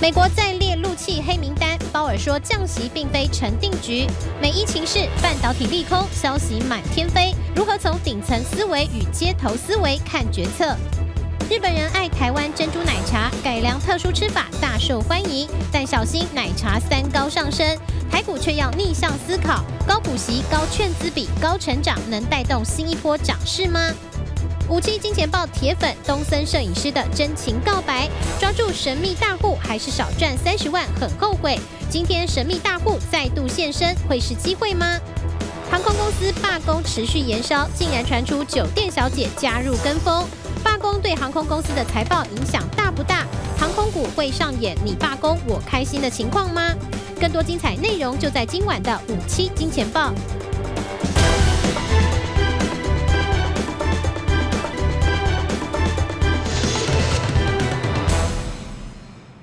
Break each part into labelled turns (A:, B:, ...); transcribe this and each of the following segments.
A: 美国再列陆气黑名单，鲍尔说降息并非成定局。美伊情势，半导体利空消息满天飞，如何从顶层思维与街头思维看决策？日本人爱台湾珍珠奶茶，改良特殊吃法大受欢迎，但小心奶茶三高上升。台股却要逆向思考，高股息、高券资比、高成长能带动新一波涨势吗？五 G 金钱豹铁粉东森摄影师的真情告白，抓住神秘大户还是少赚三十万很后悔。今天神秘大户再度现身，会是机会吗？航空公司罢工持续延烧，竟然传出酒店小姐加入跟风。罢工对航空公司的财报影响大不大？航空股会上演你罢工我开心的情况吗？更多精彩内容就在今晚的五七金钱豹。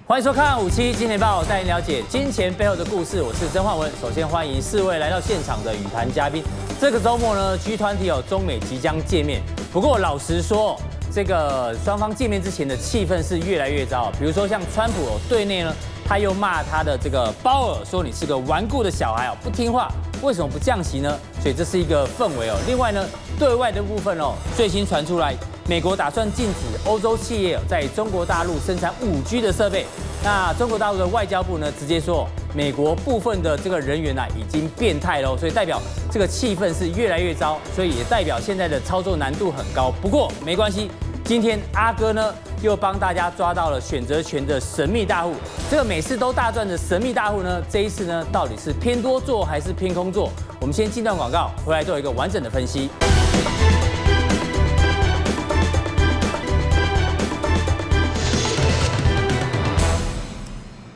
B: 欢迎收看《五七金钱报》，带您了解金钱背后的故事。我是曾焕文。首先欢迎四位来到现场的语坛嘉宾。这个周末呢，G 团体有中美即将见面。不过老实说，这个双方见面之前的气氛是越来越糟。比如说像川普哦，对内呢他又骂他的这个鲍尔说你是个顽固的小孩哦，不听话，为什么不降息呢？所以这是一个氛围哦。另外呢，对外的部分哦，最新传出来，美国打算禁止欧洲企业在中国大陆生产 5G 的设备。那中国大陆的外交部呢，直接说美国部分的这个人员啊已经变态喽，所以代表这个气氛是越来越糟，所以也代表现在的操作难度很高。不过没关系，今天阿哥呢又帮大家抓到了选择权的神秘大户，这个每次都大赚的神秘大户呢，这一次呢到底是偏多做还是偏空做？我们先进段广告，回来做一个完整的分析。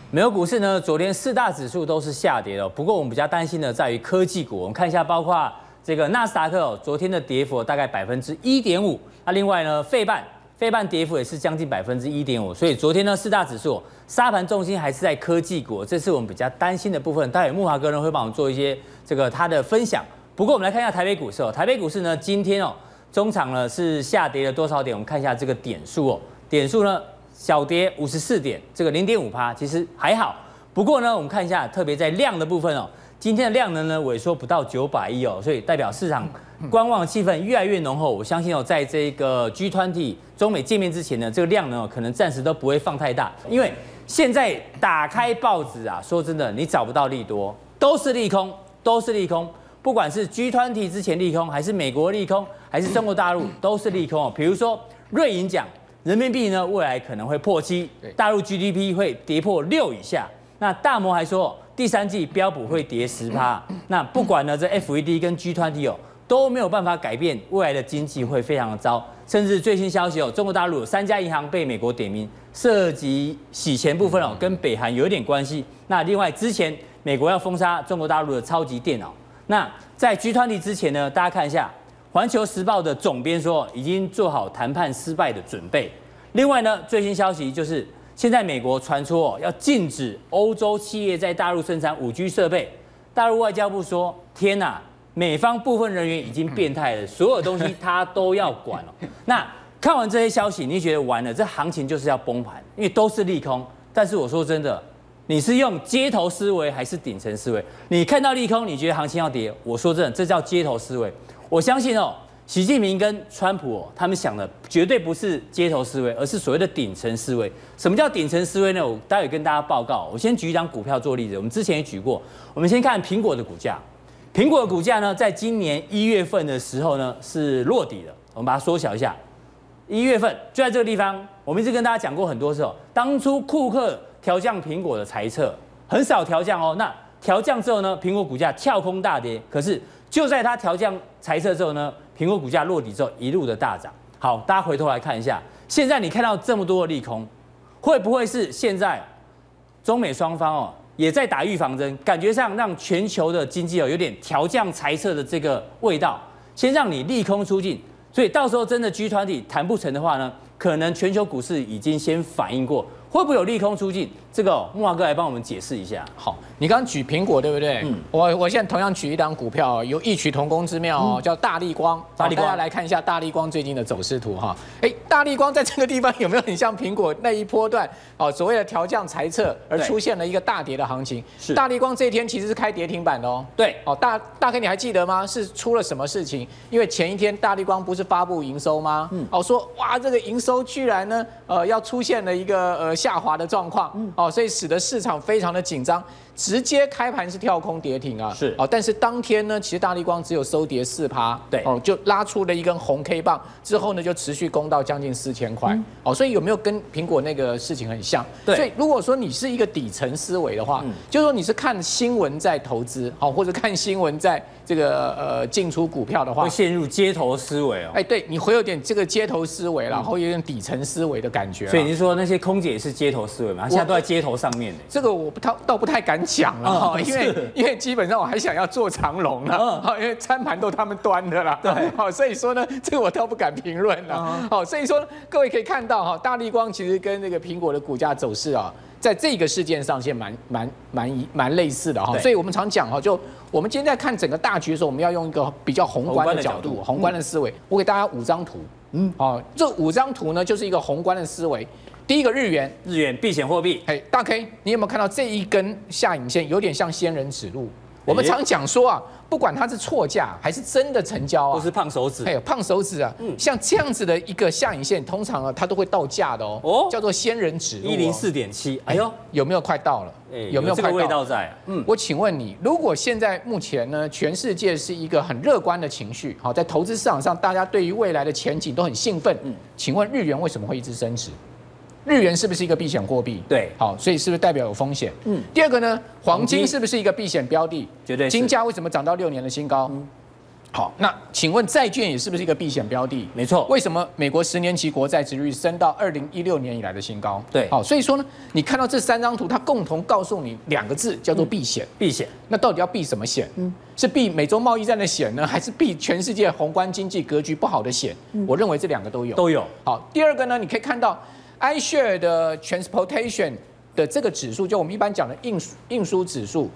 B: 美国股市呢，昨天四大指数都是下跌的，不过我们比较担心的在于科技股。我们看一下，包括这个纳斯达克哦，昨天的跌幅大概百分之一点五。那另外呢，费半费半跌幅也是将近百分之一点五。所以昨天呢，四大指数沙盘重心还是在科技股，这是我们比较担心的部分。待会木华哥呢会帮我们做一些这个他的分享。不过我们来看一下台北股市哦，台北股市呢今天哦中场呢是下跌了多少点？我们看一下这个点数哦，点数呢小跌五十四点，这个零点五趴其实还好。不过呢，我们看一下，特别在量的部分哦，今天的量能呢萎缩不到九百亿哦，所以代表市场观望气氛越来越浓厚。我相信哦，在这个 G 团体中美见面之前呢，这个量能哦可能暂时都不会放太大，因为现在打开报纸啊，说真的，你找不到利多，都是利空，都是利空。不管是 G 团体之前利空，还是美国利空，还是中国大陆，都是利空哦。比如说瑞银讲，人民币呢未来可能会破七，大陆 GDP 会跌破六以下。那大摩还说，第三季标普会跌十趴。那不管呢，这 FED 跟 G 团体哦都没有办法改变未来的经济会非常的糟。甚至最新消息哦，中国大陆有三家银行被美国点名，涉及洗钱部分哦，跟北韩有一点关系。那另外之前美国要封杀中国大陆的超级电脑。那在 G 团体之前呢，大家看一下《环球时报》的总编说，已经做好谈判失败的准备。另外呢，最新消息就是，现在美国传出哦要禁止欧洲企业在大陆生产 5G 设备。大陆外交部说：“天哪、美方部分人员已经变态了，所有东西他都要管哦。”那看完这些消息，你觉得完了，这行情就是要崩盘，因为都是利空。但是我说真的，你是用街头思维还是顶层思维？你看到利空，你觉得行情要跌？我说真的，这叫街头思维。我相信哦，习近平跟川普哦，他们想的绝对不是街头思维，而是所谓的顶层思维。什么叫顶层思维呢？我待会跟大家报告。我先举一张股票做例子，我们之前也举过。我们先看苹果的股价，苹果的股价呢，在今年一月份的时候呢是落底的，我们把它缩小一下。一月份就在这个地方，我们一直跟大家讲过很多次哦。当初库克调降苹果的猜测，很少调降哦。那调降之后呢，苹果股价跳空大跌。可是就在它调降猜测之后呢，苹果股价落底之后一路的大涨。好，大家回头来看一下，现在你看到这么多的利空，会不会是现在中美双方哦也在打预防针，感觉上让全球的经济哦有点调降裁撤的这个味道，先让你利空出尽，所以到时候真的 G 团体谈不成的话呢，可能全球股市已经先反应过，会不会有利空出尽？这个哦木华哥来帮我们解释一下。
C: 好，你刚刚举苹果对不对？
B: 嗯
C: 我我现在同样举一档股票，有异曲同工之妙哦，叫大力光。
B: 嗯大力光
C: 好大家来看一下大力光最近的走势图哈。哎，大力光在这个地方有没有很像苹果那一波段哦？所谓的调降裁撤而
B: 对
C: 出现了一个大跌的行情。
B: 是
C: 大力光这一天其实是开跌停板的哦。
B: 对
C: 哦，大大哥你还记得吗？是出了什么事情？因为前一天大力光不是发布营收吗？
B: 嗯
C: 哦，说哇，这个营收居然呢，呃，要出现了一个呃下滑的状况，
B: 嗯
C: 哦，所以使得市场非常的紧张，直接开盘是跳空跌停啊，
B: 是
C: 哦，但是当天呢，其实大力光只有收跌四趴，
B: 对
C: 哦，就拉出了一根红 K 棒，之后呢就持续攻到将近四千块，哦，所以有没有跟苹果那个事情很像？
B: 嗯对
C: 所以如果说你是一个底层思维的话，
B: 嗯
C: 就是说你是看新闻在投资，好，或者看新闻在这个呃进出股票的话
B: 会，陷入街头思维哦。
C: 哎，对你会有点这个街头思维啦，然后有点底层思维的感觉
B: 嗯
C: 啦。
B: 所以你是说那些空姐也是街头思维吗？她现在都在街头上面呢。
C: 这个我不太倒不太敢讲了哈，
B: 嗯
C: 因为
B: 是嗯
C: 因为基本上我还想要做长龙了，好，因为餐盘都他们端的啦，
B: 对哦
C: 好，所以说呢，这个我倒不敢评论了，好，所以说各位可以看到哈，大力光其实跟那个苹果的股价走势啊。在这个事件上，现在蛮蛮蛮一蛮类似的哈，
B: 对
C: 所以我们常讲哈，就我们今天在看整个大局的时候，我们要用一个比较宏
B: 宏
C: 观
B: 观
C: 的
B: 的
C: 角
B: 角度
C: 度、宏观的思维。我给大家五张图，嗯，哦，这五张图呢，就是一个宏观的思维。第一个日元，
B: 日元避险货币，
C: 哎，大 K，你有没有看到这一根下影线有点像仙人指路？我们常讲说啊，不管它是错价还是真的成交
B: 或
C: 啊
B: 是，嗯胖手指
C: 哎，呦胖手指啊，像这样子的一个下影线，通常啊它都会到价的哦
B: 哦，
C: 叫做仙人指路。
B: 一零，四点七。哎呦，
C: 有没有快到了
B: 哎？
C: 有没有
B: 这
C: 快
B: 个味
C: 到
B: 道？在？嗯，
C: 我请问你，如果现在目前呢，全世界是一个很乐观的情绪，好，在投资市场上，大家对于未来的前景都很兴奋。
B: 嗯
C: 请问日元为什么会一直升值？日元是不是一个避险货币？
B: 对
C: 好，所以是不是代表有风险？
B: 嗯
C: 第二个呢，黄
B: 黄金
C: 金是不是一个避险标的？
B: 绝对是嗯
C: 金价为什么涨到六年的新高？好，那请问债券也是不是一个避险标的？
B: 没错
C: 为什么美国十年期国债殖率升到二零一六年以来的新高？
B: 对
C: 好，所以说呢，你看到这三张图，它共同告诉你两个字，叫做避险。
B: 避险。
C: 那到底要避什么险？是避美洲贸易战的险呢，还是避全世界宏观经济格局不好的险？我认为这两个都有。
B: 都有
C: 好，第二个呢，你可以看到 iShare 的 Transportation 的这个指数，就我们一般讲的运输运输指数。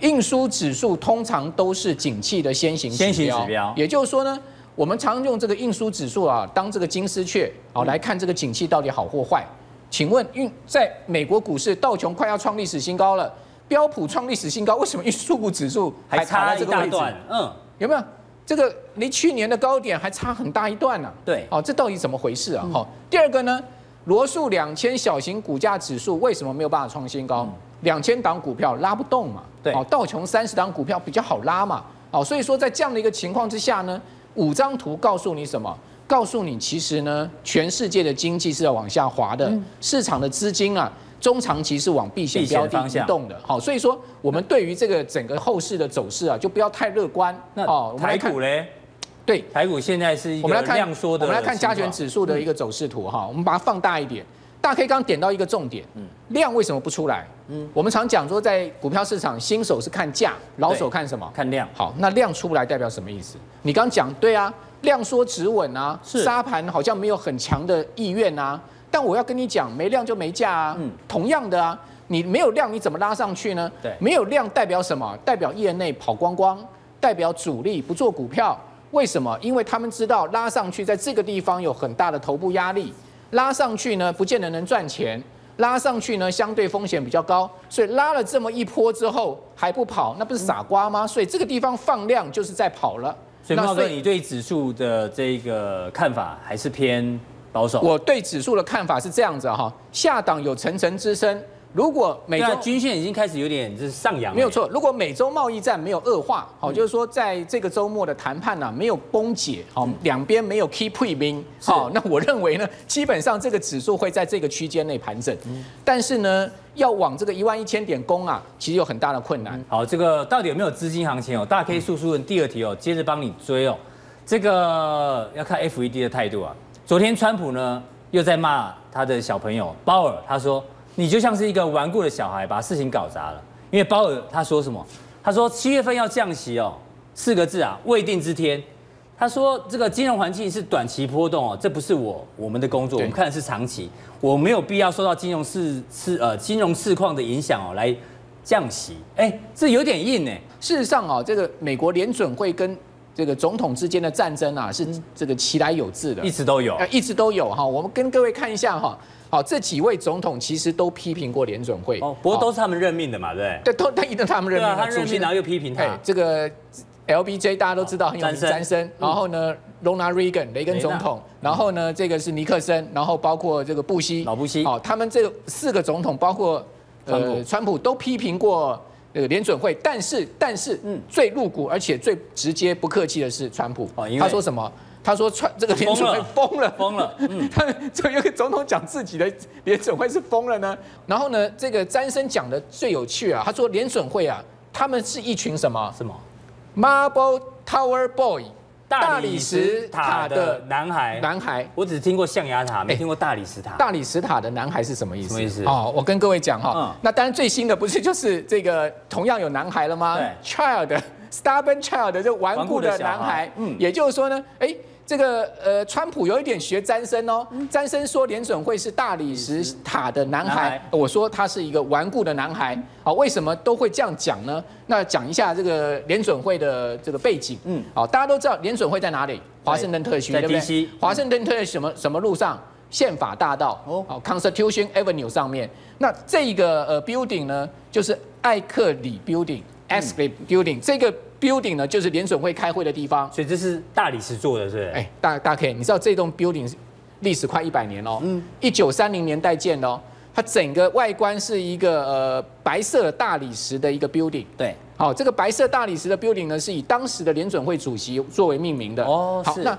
C: 运输指数通常都是景气的先行
B: 先行指标
C: 也就是说呢，我们常用这个运输指数啊，当这个金丝雀啊
B: 嗯
C: 来看这个景气到底好或坏。请问运在美国股市道琼快要创历史新高了，标普创历史新高，为什么运输股指数
B: 还
C: 卡
B: 差
C: 在
B: 一
C: 这个
B: 大
C: 位置
B: 段？，嗯，
C: 有没有？这个离去年的高点还差很大一段呢、
B: 对嗯
C: 哦，这到底怎么回事啊？好、第二个呢，罗素两千小型股价指数为什么没有办法创新高？两千档股票拉不动嘛，
B: 嗯对
C: 哦，道琼三十档股票比较好拉嘛，哦，所以说在这样的一个情况之下呢，五张图告诉你什么？告诉你，其实呢，全世界的经济是要往下滑的，市场的资金啊，中长期是往避
B: 嗯
C: 险
B: 避险
C: 标的
B: 方
C: 移
B: 向
C: 动的。好，所以说我们对于这个整个后市的走势啊，就不要太乐观。哦我
B: 那
C: 们来
B: 台
C: 看
B: 股嘞？
C: 对，
B: 台股现在是一
C: 我们
B: 个
C: 来看
B: 量缩的
C: 我
B: 情况，
C: 们来看加权指数的一个走势图哈，我们把它放大一点。大 K 刚点到一个重点，
B: 嗯
C: 量为什么不出来？我们常讲说，在股票市场，新手是看价，老手看什么？
B: 看量，
C: 好，那量出来代表什么意思？你刚讲对啊，量缩止稳啊，
B: 是
C: 沙盘好像没有很强的意愿啊。但我要跟你讲，没量就没价啊。
B: 嗯
C: 同样的啊，你没有量你怎么拉上去呢？
B: 对
C: 没有量代表什么？代表业内跑光光，代表主力不做股票。为什么？因为他们知道拉上去，在这个地方有很大的头部压力，拉上去呢，不见得能赚钱。拉上去呢，相对风险比较高，所以拉了这么一波之后还不跑，那不是傻瓜吗？所以这个地方放量就是在跑了。
B: 嗯所以
C: 那
B: 茂哥，你对指数的这个看法还是偏保守？
C: 我对指数的看法是这样子哈、下档有层层支撑，如果每
B: 对
C: 周
B: 啊，均线已经开始有点就是上扬，
C: 没有。错，如果美洲贸易战没有恶化，
B: 嗯
C: 好、就是说在这个周末的谈判呢、没有崩解，好、两边没有 keep 会兵，
B: 嗯是
C: 好、那我认为呢，基本上这个指数会在这个区间内盘整，
B: 嗯
C: 但是呢，要往这个一万一千点攻啊，其实有很大的困难。
B: 好，这个到底有没有资金行情哦？大 K 速速问第二题哦，接着帮你追哦。这个要看 FED 的态度啊。昨天川普呢又在骂他的小朋友鲍尔，他说你就像是一个顽固的小孩，把事情搞砸了。因为鲍尔他说什么？他说七月份要降息哦，四个字啊，未定之天。他说这个金融环境是短期波动哦，这不是我我们的工作，我
C: 对
B: 们看的是长期，我没有必要受到金融市市呃金融市况的影响哦来降息。哎，这有点硬哎，
C: 事实上啊，这个美国联准会跟这个总统之间的战争啊，是这个其来有自的
B: 嗯一，直都有
C: 呃，一直都有哈。我们跟各位看一下哈，好，这几位总统其实都批评过联准会，
B: 哦，不过都
C: 好
B: 是他们任命的嘛，对不对？
C: 对，都但一定他们任
B: 对
C: 命
B: 啊，
C: 的
B: 他任
C: 主席
B: 命然后又批评他
C: 哎，，这个 LBJ 大家都知道很有名，
B: 哦詹森嗯
C: 詹森，然后呢，Ronald Reagan 雷根总统，然后呢，这个是尼克森，然后包括这个布希，
B: 老布希
C: 哦，他们这四个总统，包括
B: 川普
C: 呃川普都批评过。呃，联准会，但是但是，
B: 嗯
C: 最露骨而且最直接不客气的是川普
B: 哦因为，
C: 他说什么？他说川这个联准会疯了，
B: 疯 了，嗯，
C: 他就有个总统讲自己的联准会是疯了呢。然后呢，这个詹森讲的最有趣啊，他说联准会啊，他们是一群什么
B: 什么？
C: Marble Tower Boy
B: 大理石塔的男孩，
C: 男孩。
B: 我只听过象牙塔，没听过大理石塔。
C: 大理石塔的男孩是什么意思？
B: 什么意思
C: 哦，我跟各位讲哈、
B: 嗯
C: 那当然最新的不是就是这个同样有男孩了吗
B: 对
C: ？Child stubborn child 就顽固的
B: 顽固的小
C: 男
B: 孩
C: 孩。
B: 嗯
C: 嗯，也就是说呢，哎、这个呃，川普有一点学詹森哦。詹森说联准会是大理石塔的男
B: 男
C: 孩，
B: 孩
C: 我说他是一个顽固的男孩。好、为什么都会这样讲呢？那讲一下这个联准会的这个背景。
B: 嗯
C: 嗯，好、大家都知道联准会在哪里？华盛顿特区，
B: 在
C: 对不对
B: DC
C: 华盛顿特区什么什么路上？宪法大道
B: 哦
C: 哦，好 Constitution Avenue 上面。那这个呃 building 呢，就是艾克里 building、Ashley building 这个 building 呢，就是联准会开会的地方。
B: 所以这是大理石做的，是不是？
C: 哎，大大 K，你知道这栋 building 历史快一百年哦，嗯，一九三零年代建的哦，它整个外观是一个呃白色的大理石的一个 building。
B: 对，
C: 好，这个白色大理石的 building 呢，是以当时的联准会主席作为命名的。
B: 哦
C: 好
B: 是，
C: 那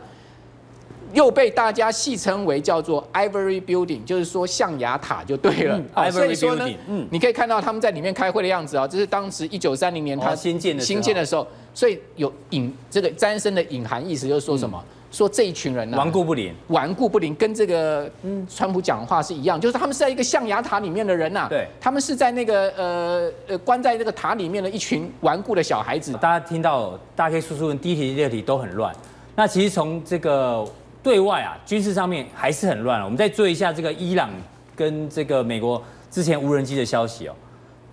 C: 又被大家戏称为叫做 Ivory Building，就是说象牙塔就对了。
B: 嗯
C: 好所以
B: Ivory
C: 说呢
B: Building，嗯
C: 你可以看到他们在里面开会的样子啊、这是当时一九三零年
B: 哦
C: 他
B: 新建的时候
C: 新建的时候，所以有隐这个詹森的隐含意思就是说什
B: 嗯
C: 么？说这一群人啊呢、
B: 顽固不灵。
C: 顽固不灵，跟这个川普讲话是一样，就是他们是在一个象牙塔里面的人呐、
B: 对
C: 他们是在那个呃呃关在这个塔里面的一群顽固的小孩子。
B: 大家听到大 K 叔叔问第一题、第二题都很乱。那其实从这个对外啊军事上面还是很乱、我们再追一下这个伊朗跟这个美国之前无人机的消息哦。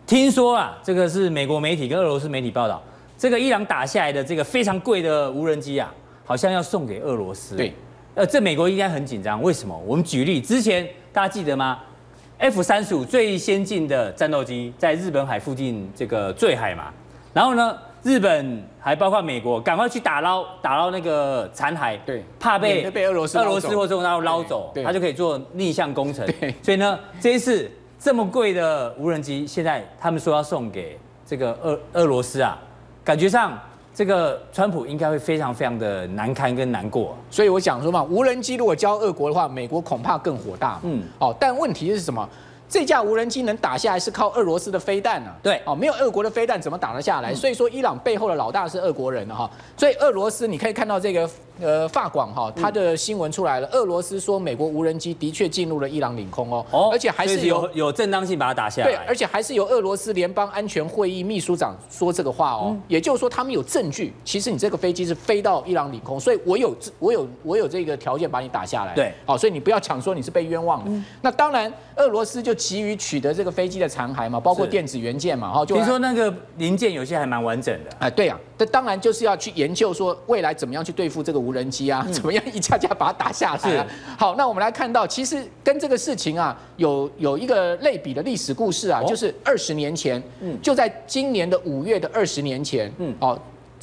B: 听说啊，这个是美国媒体跟俄罗斯媒体报道，这个伊朗打下来的这个非常贵的无人机啊，好像要送给俄罗斯。
C: 对，
B: 呃，这美国应该很紧张。为什么？我们举例，之前大家记得吗？F 三十五最先进的战斗机在日本海附近这个坠海嘛，然后呢，日本还包括美国，赶快去打捞打捞那个残骸，
C: 对
B: 怕被
C: 免得被俄罗斯
B: 俄
C: 捞走
B: 罗斯或中国大陆捞走，
C: 对对
B: 他就可以做逆向工程
C: 对。
B: 所以呢，这一次这么贵的无人机，现在他们说要送给这个俄俄罗斯啊，感觉上这个川普应该会非常非常的难堪跟难过。啊
C: 所以我讲说嘛，无人机如果交俄国的话，美国恐怕更火大。
B: 嗯
C: 嗯，哦，但问题是什么？这架无人机能打下来是靠俄罗斯的飞弹啊。
B: 对嗯
C: 哦，没有俄国的飞弹怎么打得下来？所以说伊朗背后的老大是俄国人啊哈、所以俄罗斯你可以看到这个呃法广哈、
B: 嗯
C: 它的新闻出来了，俄罗斯说美国无人机的确进入了伊朗领空哦，而且还
B: 所以
C: 是有。
B: 有正当性把它打下来。
C: 对，而且还是由俄罗斯联邦安全会议秘书长说这个话哦，
B: 嗯
C: 也就是说他们有证据，其实你这个飞机是飞到伊朗领空，所以我有我有我有这个条件把你打下来。
B: 对嗯
C: 好，所以你不要讲说你是被冤枉的。那当然，俄罗斯就急于取得这个飞机的残骸嘛，包括
B: 是
C: 电子元件嘛，哦哈，就
B: 听说那个零件有些还蛮完整的。
C: 啊，对啊，这当然就是要去研究说未来怎么样去对付这个无人机
B: 嗯
C: 啊，怎么样一架架把它打下来、啊。好，那我们来看到，其实跟这个事情啊，有有一个类比的历史故事啊，
B: 哦
C: 就是二十年前，
B: 嗯
C: 就在今年的五月的二十年前，
B: 嗯
C: 嗯，哦。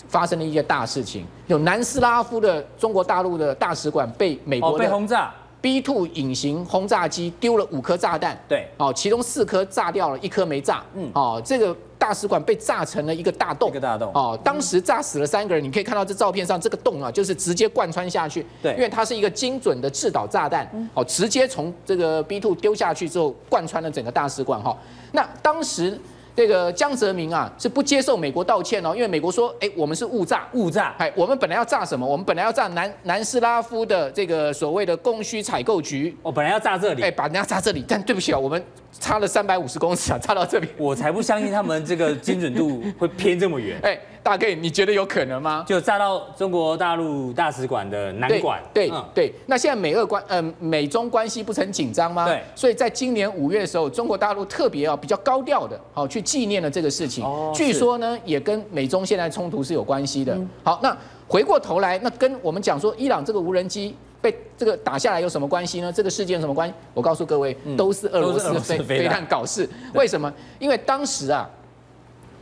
C: 发生了一件大事情，有南斯拉夫的中国大陆的大使馆被美
B: 哦，
C: 国
B: 被
C: 的
B: 轰炸。
C: B two 隐形轰炸机丢了五颗炸弹，
B: 对
C: 哦，其中四颗炸掉了，一颗没炸，
B: 嗯
C: 嗯，哦，这个大使馆被炸成了一个大洞，
B: 一个大洞
C: 哦，当时炸死了三个人，你可以看到这照片上这个洞啊，就是直接贯穿下去，
B: 对嗯
C: 因为它是一个精准的制导炸弹，哦，直接从这个 B two 丢下去之后，贯穿了整个大使馆哈、那当时。这个江泽民啊是不接受美国道歉哦，因为美国说，哎，我们是误炸，
B: 误炸，
C: 哎，我们本来要炸什么？我们本来要炸南南斯拉夫的这个所谓的供需采购局。
B: 哦
C: 哎
B: 我、本来要炸这里，
C: 哎，把人家炸这里，但对不起啊，我们差了三百五十公尺啊，差到这边。
B: 我才不相信他们这个精准 度会偏这么远，
C: 哎，大 K，你觉得有可能吗？
B: 就炸到中国大陆大使馆的南馆。
C: 对对,、
B: 嗯
C: 对，那现在美俄关呃美中关系不是很紧张吗？
B: 对
C: 所以在今年五月的时候，中国大陆特别啊比较高调的，好、去纪念了这个事情。
B: 哦
C: 据
B: 是嗯
C: 说呢，也跟美中现在冲突是有关系的。好，那回过头来，那跟我们讲说伊朗这个无人机。被这个打下来有什么关系呢？这个事件有什么关系？我告诉各位，
B: 嗯
C: 都是俄罗斯
B: 都是俄罗斯
C: 飞
B: 飞
C: 飞
B: 弹
C: 弹搞事。为什么？因为当时啊，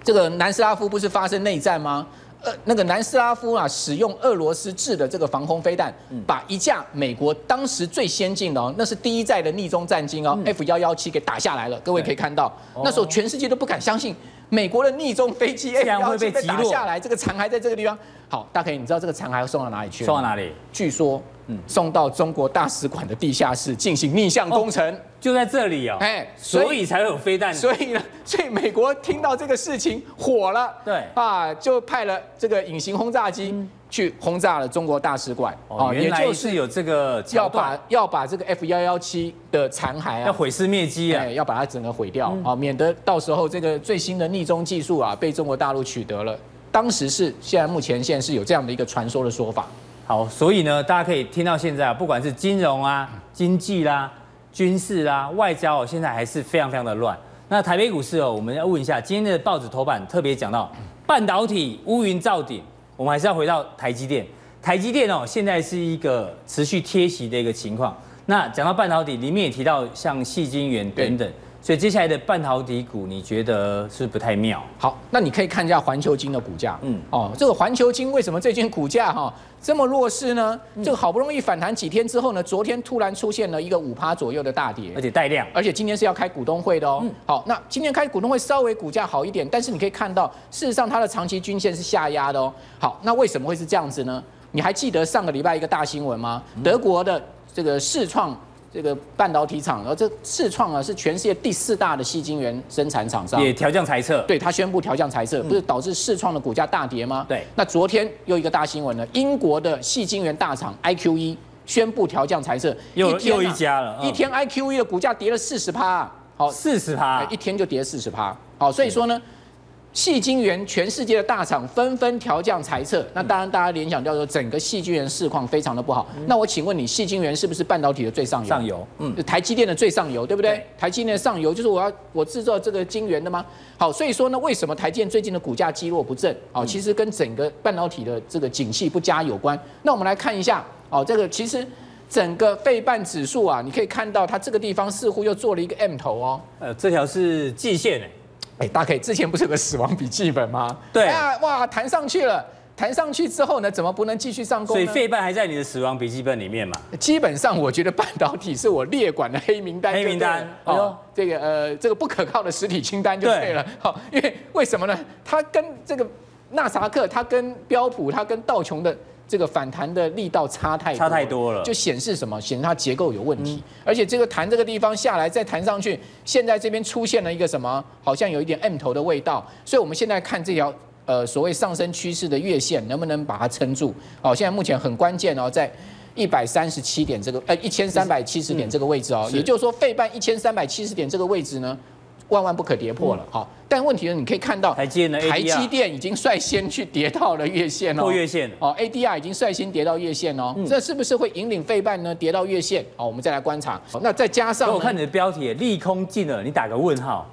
C: 这个南斯拉夫不是发生内战吗？呃，那个南斯拉夫啊，使用俄罗斯制的这个防空飞弹，
B: 嗯
C: 把一架美国当时最先进的哦，那是第一代的逆中战机哦，F 幺幺七给打下来了。各
B: 嗯
C: 位
B: 对哦
C: 可以看到，那时候全世界都不敢相信美国的逆中 飞机 F
B: 然
C: 幺
B: 会被
C: 七被
B: 击
C: 打
B: 落
C: 下来，这个残骸在这个地方。好，大可以，你知道这个残骸送到哪里去？
B: 送到？哪里？
C: 据说，
B: 嗯
C: 送到中国大使馆的地下室进行逆向工程。
B: 就在这里哦。
C: 哎所以
B: 所以才会有飞弹。
C: 所以呢，所以美国听到这个事情火了，
B: 对嗯
C: 啊，就派了这个隐形轰炸机去轰炸了中国大使馆，啊
B: 哦，原
C: 也
B: 来
C: 就是
B: 有这个
C: 要
B: 桥段
C: 把，要把这个 F 幺幺七的残骸啊，
B: 要毁尸嗯灭迹啊
C: 哎，。要把它整个毁掉啊，免得到时候这个最新的逆中技术啊被中国大陆取得了。当时是现在目前现在是有这样的一个传说的说法，
B: 好，所以呢，大家可以听到现在啊，不管是金融啊、经济啦、军事啦、外交哦，现在还是非常非常的乱。那台北股市哦，我们要问一下，今天的报纸头版特别讲到半导体乌云罩顶，我们还是要回到台积电。台积电哦，现在是一个持续贴息的一个情况。那讲到半导体，里面也提到像细晶圆等等，所以接下来的半导体股，你觉得是不是不太妙？
C: 好，那你可以看一下环球金的股价，
B: 嗯
C: 嗯，哦，这个环球金为什么最近股价哈、这么弱势呢？
B: 嗯
C: 这个好不容易反弹几天之后呢，昨天突然出现了一个五趴左右的大跌
B: 而，且嗯带量，
C: 而且今天是要开股东会的哦。好，那今天开股东会稍微股价好一点，但是你可以看到，事实上它的长期均线是下压的哦。好，那为什么会是这样子呢？你还记得上个礼拜一个大新闻吗？
B: 嗯
C: 德国的这个视创。这个半导体厂，然后这视创啊是全世界第四大的细晶圆生产厂商，
B: 也调降裁测，
C: 对他宣布调降财测，不是导致市创的股价大跌吗？
B: 嗯对
C: 那昨天又一个大新闻了，英国的细晶圆大厂 IQE 宣布调降财测，
B: 又
C: 天啊
B: 又一家了嗯啊
C: 一天 IQE 的股价跌了四十趴，啊好，
B: 四十趴
C: 哎，一天就跌四十趴，好，所以说呢。细晶圆全世界的大厂纷纷调降财测，那当然大家联想到说整个细晶圆市况非常的不好。那我请问你，细晶圆是不是半导体的最上游？
B: 嗯上游，嗯。
C: 台积电的最上游，对不对？
B: 对
C: 台积电的上游就是我要我制造这个晶圆的吗？好，所以说呢，为什么台积电最近的股价积弱不振？
B: 嗯
C: 哦，其实跟整个半导体的这个景气不佳有关。那我们来看一下，哦，这个其实整个费半指数啊，你可以看到它这个地方似乎又做了一个 M 头哦。
B: 呃，这条是季线哎，
C: 哎，大家可以之前不是有个死亡笔记本吗？
B: 对
C: 哎呀哇，弹上去了，弹上去之后呢，怎么不能继续上攻
B: 所以
C: 呢？
B: 费半还在你的死亡笔记本里面嘛？
C: 基本上，我觉得半导体是我列管的黑名单就对了，
B: 黑名单哎呦
C: 哦，这个呃，这个不可靠的实体清单就对了。好，因为为什么呢？它跟这个纳萨克，它跟标普，它跟道琼的这个反弹的力道差太
B: 差太多了嗯
C: 就显示什么？显示它结构有问题。而且这个弹这个地方下来再弹上去，现在这边出现了一个什么？好像有一点 M 头的味道。所以我们现在看这条。呃，所谓上升趋势的月线能不能把它撑住？好、现在目前很关键哦，在一百三十七点这个，呃，一千三百七十点这个位置哦，
B: 嗯是
C: 也就是说，费半一千三百七十点这个位置呢，万万不可跌破了。好、但问题呢，你可以看到
B: 嗯台积电的 ADR
C: 台积电已经率先去跌到了月线哦，
B: 破月线了
C: 哦，ADR 已经率先跌到月线哦，
B: 嗯
C: 这是不是会引领费半呢跌到月线？好，我们再来观察。好那再加
B: 所
C: 上
B: 以
C: 呢
B: 我看你的标题利空进了，你打个问号，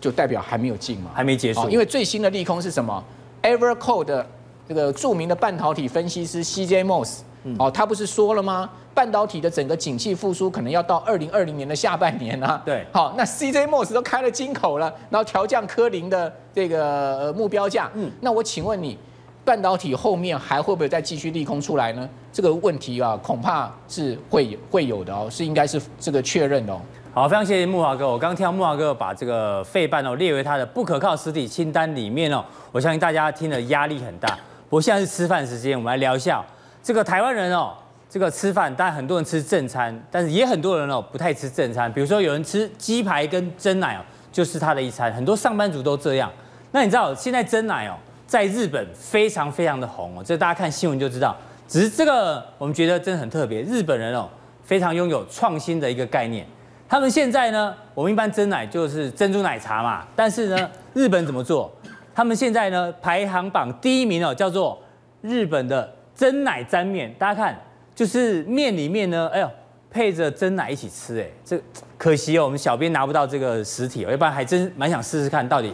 C: 就代表还没有进嘛，
B: 还没结束
C: 哦因为最新的利空是什么？Evercore 的这个著名的半导体分析师 CJ Moss，哦，
B: 嗯
C: 他不是说了吗？半导体的整个景气复苏可能要到二零二零年的下半年啊。
B: 对
C: 好，那 CJ Moss 都开了金口了，然后调降科林的这个呃目标价。
B: 嗯
C: 嗯，那我请问你。半导体后面还会不会再继续利空出来呢？这个问题啊，恐怕是会有会有的哦，是应该是这个确认的哦。
B: 好，非常谢谢木华哥。我刚刚听到木华哥把这个费半哦列为他的不可靠实体清单里面哦，我相信大家听了压力很大。不过现在是吃饭时间，我们来聊一下哦这个台湾人哦，这个吃饭，当然很多人哦吃正餐，但是也很多人哦不太吃正餐。比如说有人吃鸡排跟蒸奶哦，就是他的一餐。很多上班族都这样。那你知道现在蒸奶哦，在日本非常非常的红哦，这大家看新闻就知道。只是这个我们觉得真的很特别，日本人哦非常拥有创新的一个概念。他们现在呢，我们一般真奶就是珍珠奶茶嘛，但是呢，日本怎么做？他们现在呢排行榜第一名哦，叫做日本的真奶沾面。大家看，就是面里面呢，哎呦，配着真奶一起吃，哎，这可惜哦，我们小编拿不到这个实体哦，要不然还真蛮想试试看到底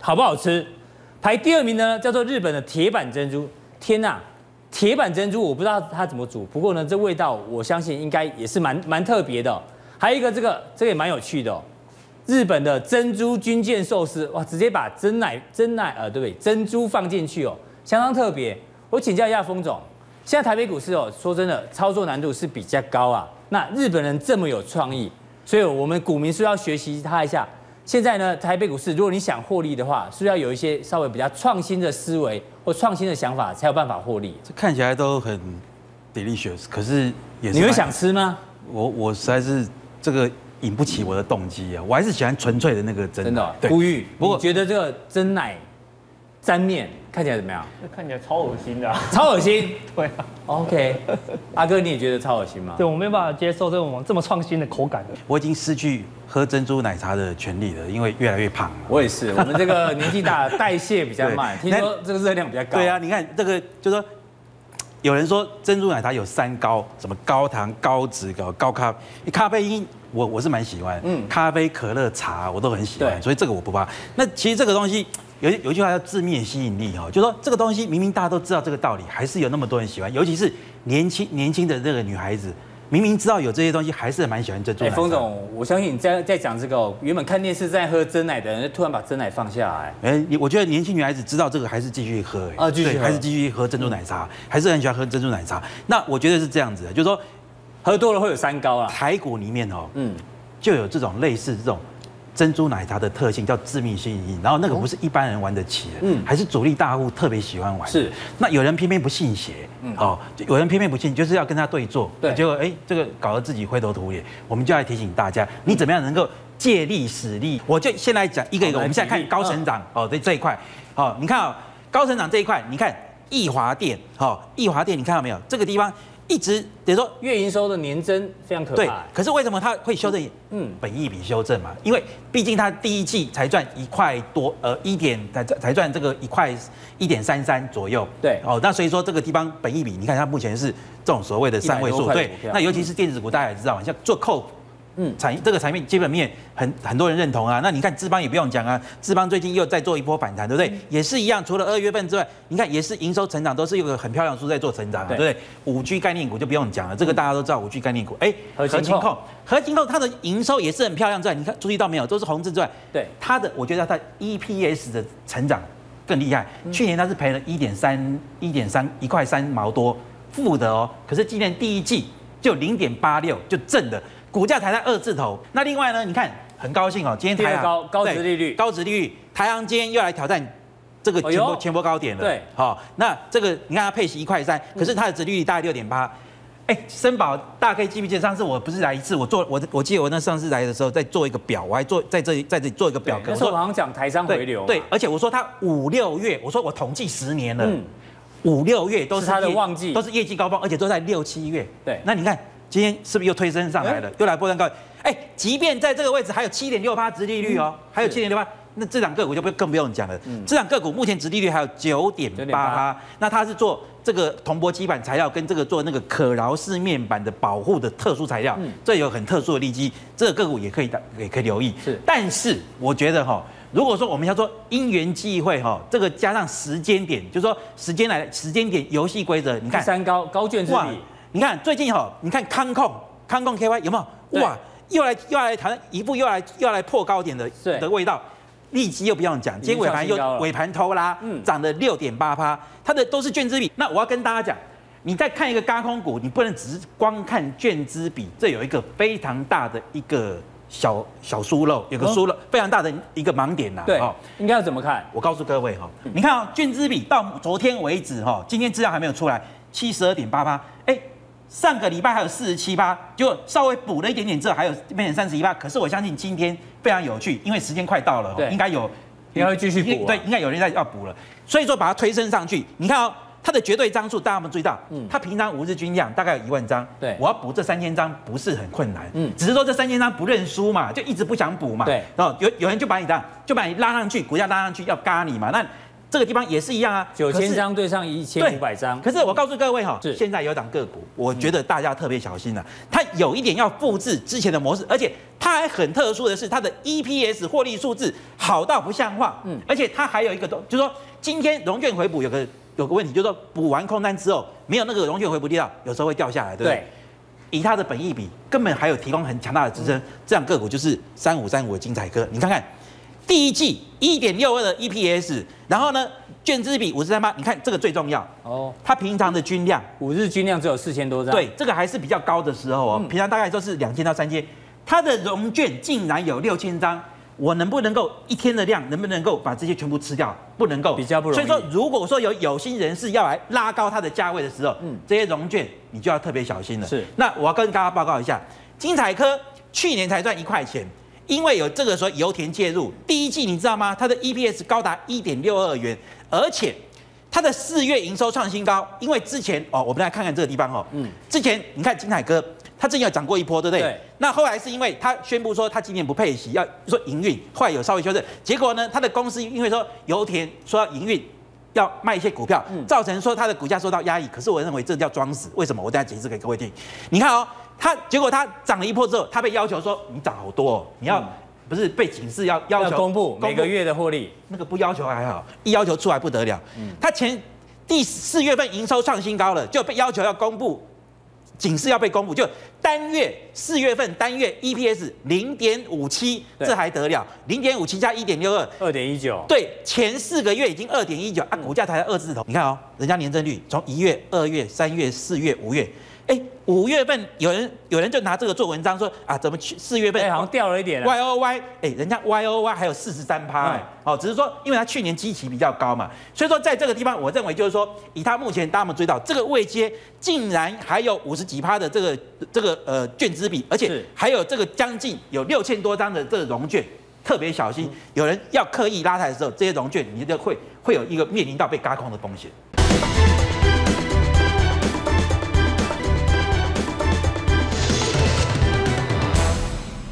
B: 好不好吃。排第二名呢，叫做日本的铁板珍珠。天呐、铁板珍珠我不知道它怎么煮，不过呢，这味道我相信应该也是蛮蛮特别的哦、还有一个这个，这个也蛮有趣的、哦，日本的珍珠军舰寿司，哇，直接把真奶真奶呃，对不对？珍珠放进去哦，相当特别。我请教一下峰总，现在台北股市哦，说真的，操作难度是比较高啊。那日本人这么有创意，所以我们股民是不是要学习他一下。现在呢，台北股市，如果你想获利的话，是不是要有一些稍微比较创新的思维或创新的想法，才有办法获利？
D: 这看起来都很 delicious，可是也是
B: 你会
D: 蛮
B: 想吃吗？
D: 我我实在是这个引不起我的动机啊，我还是喜欢纯粹的那个真
B: 真的哦、
D: 对
B: 呼吁。
D: 不
B: 你
D: 过
B: 觉得这个真奶沾面看起来怎么样？
E: 这看起来超恶心的、啊。
B: 超恶心。
E: 对啊，
B: OK，阿哥，你也觉得超恶心吗
E: 对？我没有办法接受这种这么创新的口感的。
D: 我已经失去喝珍珠奶茶的权利了，因为越来越胖了。
B: 我也是，我们这个 年纪大，代谢比较慢，
D: 对
B: 听说这个热量比较高。哎
D: 对啊，，你看这个，就说有人说珍珠奶茶有三高，什么高糖、高脂、高高咖，咖啡因我我是蛮喜欢，
B: 嗯
D: 嗯，咖啡、可乐、茶我都很喜
B: 对
D: 欢，所以这个我不怕。那其实这个东西。有一有一句话叫致命的吸引力哦，就说这个东西明明大家都知道这个道理，还是有那么多人喜欢，尤其是年轻年轻的这个女孩子，明明知道有这些东西，还是蛮喜欢珍珠
B: 哎，
D: 奶茶。
B: 冯总，我相信你在在讲这个哦，原本看电视在喝真奶的人，突然把真奶放下来。
D: 哎、你我觉得年轻女孩子知道这个还是继续喝、哎
B: 啊继续
D: 对
B: 喝
D: 还是继续喝珍珠奶茶，还是很喜欢喝珍珠奶茶。那我觉得是这样子的，就是说
B: 喝多了会有三高啊。
D: 台股里面哦，
B: 嗯，
D: 就有这种类似这种珍珠奶茶的特性，叫致命吸引力。然后那个不是一般人玩得起的，
B: 哦嗯
D: 嗯，还是主力大户特别喜欢玩。
B: 是，
D: 那有人偏偏不信邪，嗯，哦，就有人偏偏不信，就是要跟他对坐，
B: 对
D: 结果哎，这个搞得自己灰头土脸。我们就来提醒大家，你怎么样能够借力使力？我就先来讲一个一个，
B: 好
D: 我们现在
B: 来
D: 看
B: 举例嗯
D: 高成长哦，这这一块，哦，你看哦，高成长这一块，你看易华店，哦，易华店，你看到没有？这个地方一直等于说
B: 月营收的年增非常可
D: 对
B: 怕，。
D: 可是为什么它会修正？
B: 嗯
D: 嗯，本益比修正嘛，因为毕竟它第一季才赚一块多，呃，一点才才赚这个一块一点三三左右。
B: 对
D: 哦，那所以说这个地方本益比，你看它目前是这种所谓的三位
B: 100多
D: 数，
B: 块的
D: 对
B: 股票。
D: 那尤其是电子股，大家也知道嘛，像做扣。
B: 嗯
D: 嗯，产这个产品基本面很很多人认同啊。那你看志邦也不用讲啊，志邦最近又在做一波反弹，对不对？
B: 嗯
D: 也是一样，除了二月份之外，你看也是营收成长，都是有个很漂亮的数在做成长、啊，
B: 对
D: 对不对？五 G 概念股就不用讲了，这个大家都知道，五 G 概念股，哎，
B: 合情控
D: 控，合情控它的营收也是很漂亮之外，你看注意到没有，都是红字之外，
B: 对
D: 它的我觉得它的 EPS 的成长更厉害，
B: 嗯
D: 去年它是赔了一点三一点三一块三毛多负的哦，可是今年第一季就零点八六就正的，股价才在二字头。那另外呢，你看很高兴哦，今天
B: 第二
D: 台行
B: 高高
D: 对
B: 殖利率
D: 高值利率，台行今天又来挑战。这个
B: 哎
D: 前
B: 呦
D: 波前波高点了，
B: 对
D: 好、那这个你看它配息一块三，可是它的殖利率大概六点八，哎，森宝，大家可以记不记得上次我不是来一次，我做我我记得我那上次来的时候在做一个表，我还做在这里在这里做一个表
B: 对
D: 格，
B: 那
D: 我
B: 时候
D: 说
B: 好像讲台商回流嘛，啊
D: 对，而且我说它五六月，我说我统计十年了
B: 嗯，
D: 五六月都是
B: 是它的
D: 业
B: 旺季
D: 都是业绩高峰，而且都在六七月。
B: 对
D: 那你看今天是不是又推升上来了，又来波段高点？哎，即便在这个位置还有七点六八殖利率哦，还有
B: 是
D: 七点六八。那这两个股就不更不用讲了，
B: 嗯
D: 这两个股目前殖利率还有九点八
B: 9.88
D: 八，那它是做这个铜箔基板材料跟这个做那个可挠式面板的保护的特殊材料，这有很特殊的利基，这个个股也可以的也可以留意。
B: 是
D: 但是我觉得哈，如果说我们要说因缘际会哈，这个加上时间点，就是说时间来时间点游戏规则，你
B: 第
D: 看
B: 三高高卷之
D: 哇
B: 比，，
D: 你看最近哈，你看康控康控 KY 有没
B: 对
D: 有哇？又来又来谈一步又来又来破高点的
B: 对
D: 的味道，利基又不用讲，今天尾盘
B: 已经创新高
D: 又
B: 了
D: 尾盘偷拉
B: 嗯，
D: 涨了六点八趴，它的都是券资比。那我要跟大家讲，你在看一个高空股，你不能只是光看券资比，这有一个非常大的一个小小疏漏，有个疏漏、非常大的一个盲点呐、
B: 嗯对
D: 哦，
B: 应该要怎么看？
D: 我告诉各位哈、你看哦，券资比到昨天为止哈、今天资料还没有出来，七十二点八八，哎，上个礼拜还有四十七八，结果稍微补了一点点之后，还有变成三十一八。可是我相信今天非常有趣，因为时间快到了哦、
B: 对
D: 应该有
B: 应该会继续补啊
D: 对，应该有人在要补了，所以说把它推升上去。你看哦，它的绝对张数大家有没有注意到？
B: 嗯
D: 它平常五日均量大概有一万张，
B: 对
D: 我要补这三千张不是很困难，
B: 嗯
D: 嗯，只是说这三千张不认输嘛，就一直不想补嘛，
B: 对
D: 然后有有人就把你拉，就把你拉上去，股价拉上去要嘎你嘛，那这个地方也是一样啊，
B: 九
D: 可
B: 千
D: 是
B: 张对上一千
D: 对
B: 五百张，
D: 可是我告诉各位哈、
B: 是嗯
D: 现在有一档个股，我觉得大家特别小心了、它有一点要复制之前的模式，而且它还很特殊的是，它的 EPS 获利数字好到不像话。
B: 嗯
D: 嗯，而且它还有一个东，就是说今天融券回补有个有个问题，就是说补完空单之后，没有那个融券回补力道，有时候会掉下来，对不对？
B: 对
D: 以它的本益比，根本还有提供很强大的支撑。这样个股就是三五三五的精彩科，你看看第一季一点六二的 EPS，然后呢，券资比五十三八，你看这个最重要。
B: 哦，
D: 它平常的均量，
B: 五日均量只有四千多张，
D: 对，这个还是比较高的时候
B: 嗯
D: 哦，平常大概都是两千到三千，它的融券竟然有六千张。我能不能够一天的量，能不能够把这些全部吃掉？不能够，
B: 比较不容易
D: 所以说，如果说有有心人士要来拉高它的价位的时候，
B: 嗯
D: 嗯，这些融券你就要特别小心了。
B: 是
D: 那我要跟大家报告一下，金彩科去年才赚一块钱，因为有这个时候油田介入，第一季你知道吗？它的 EPS 高达一点六二元，而且它的四月营收创新高，因为之前哦，我们来看看这个地方哦，
B: 嗯
D: 嗯，之前你看金海哥，他之前有涨过一波，对不对？
B: 对
D: 那后来是因为他宣布说他今年不配息，要说营运，后来有稍微修正，结果呢，他的公司因为说油田说要营运。要卖一些股票
B: 嗯，
D: 造成说它的股价受到压抑。可是我认为这叫装死，为什么？我等一下解释给各位听。你看哦，它结果它涨了一波之后，它被要求说你涨好多、哦，你要、
B: 嗯
D: 不是被警示要要
B: 要
D: 求
B: 公布每个月的获利，
D: 那个不要求还好，一要求出来不得了。他前第四月份营收创新高了，就被要求要公布，警示要被公布，就单月四月份单月 EPS 零点五七，
B: 对
D: 这还得了？零点五七加一点六二，
B: 二点一九，
D: 对，前四个月已经二点一九，
B: 嗯
D: 啊，股价才二字头。你看哦，人家年增率从一月、二月、三月、四月、五月，哎，五月份有人有人就拿这个做文章说啊，怎么去四月份
B: 哎，好像掉了一点啊，嗯
D: Y O Y，哎，人家 Y O Y 还有四十三趴，哎、哦，只是说因为它去年基期比较高嘛，所以说在这个地方，我认为就是说，以它目前大家有没有注意到这个位阶，竟然还有五十几趴的这个这个呃券资比，而且
B: 是
D: 还有这个将近有六千多张的这个融券。特别小
B: 嗯
D: 心，有人要刻意拉抬的时候，这些融券你就会会有一个面临到被嘎空的风险。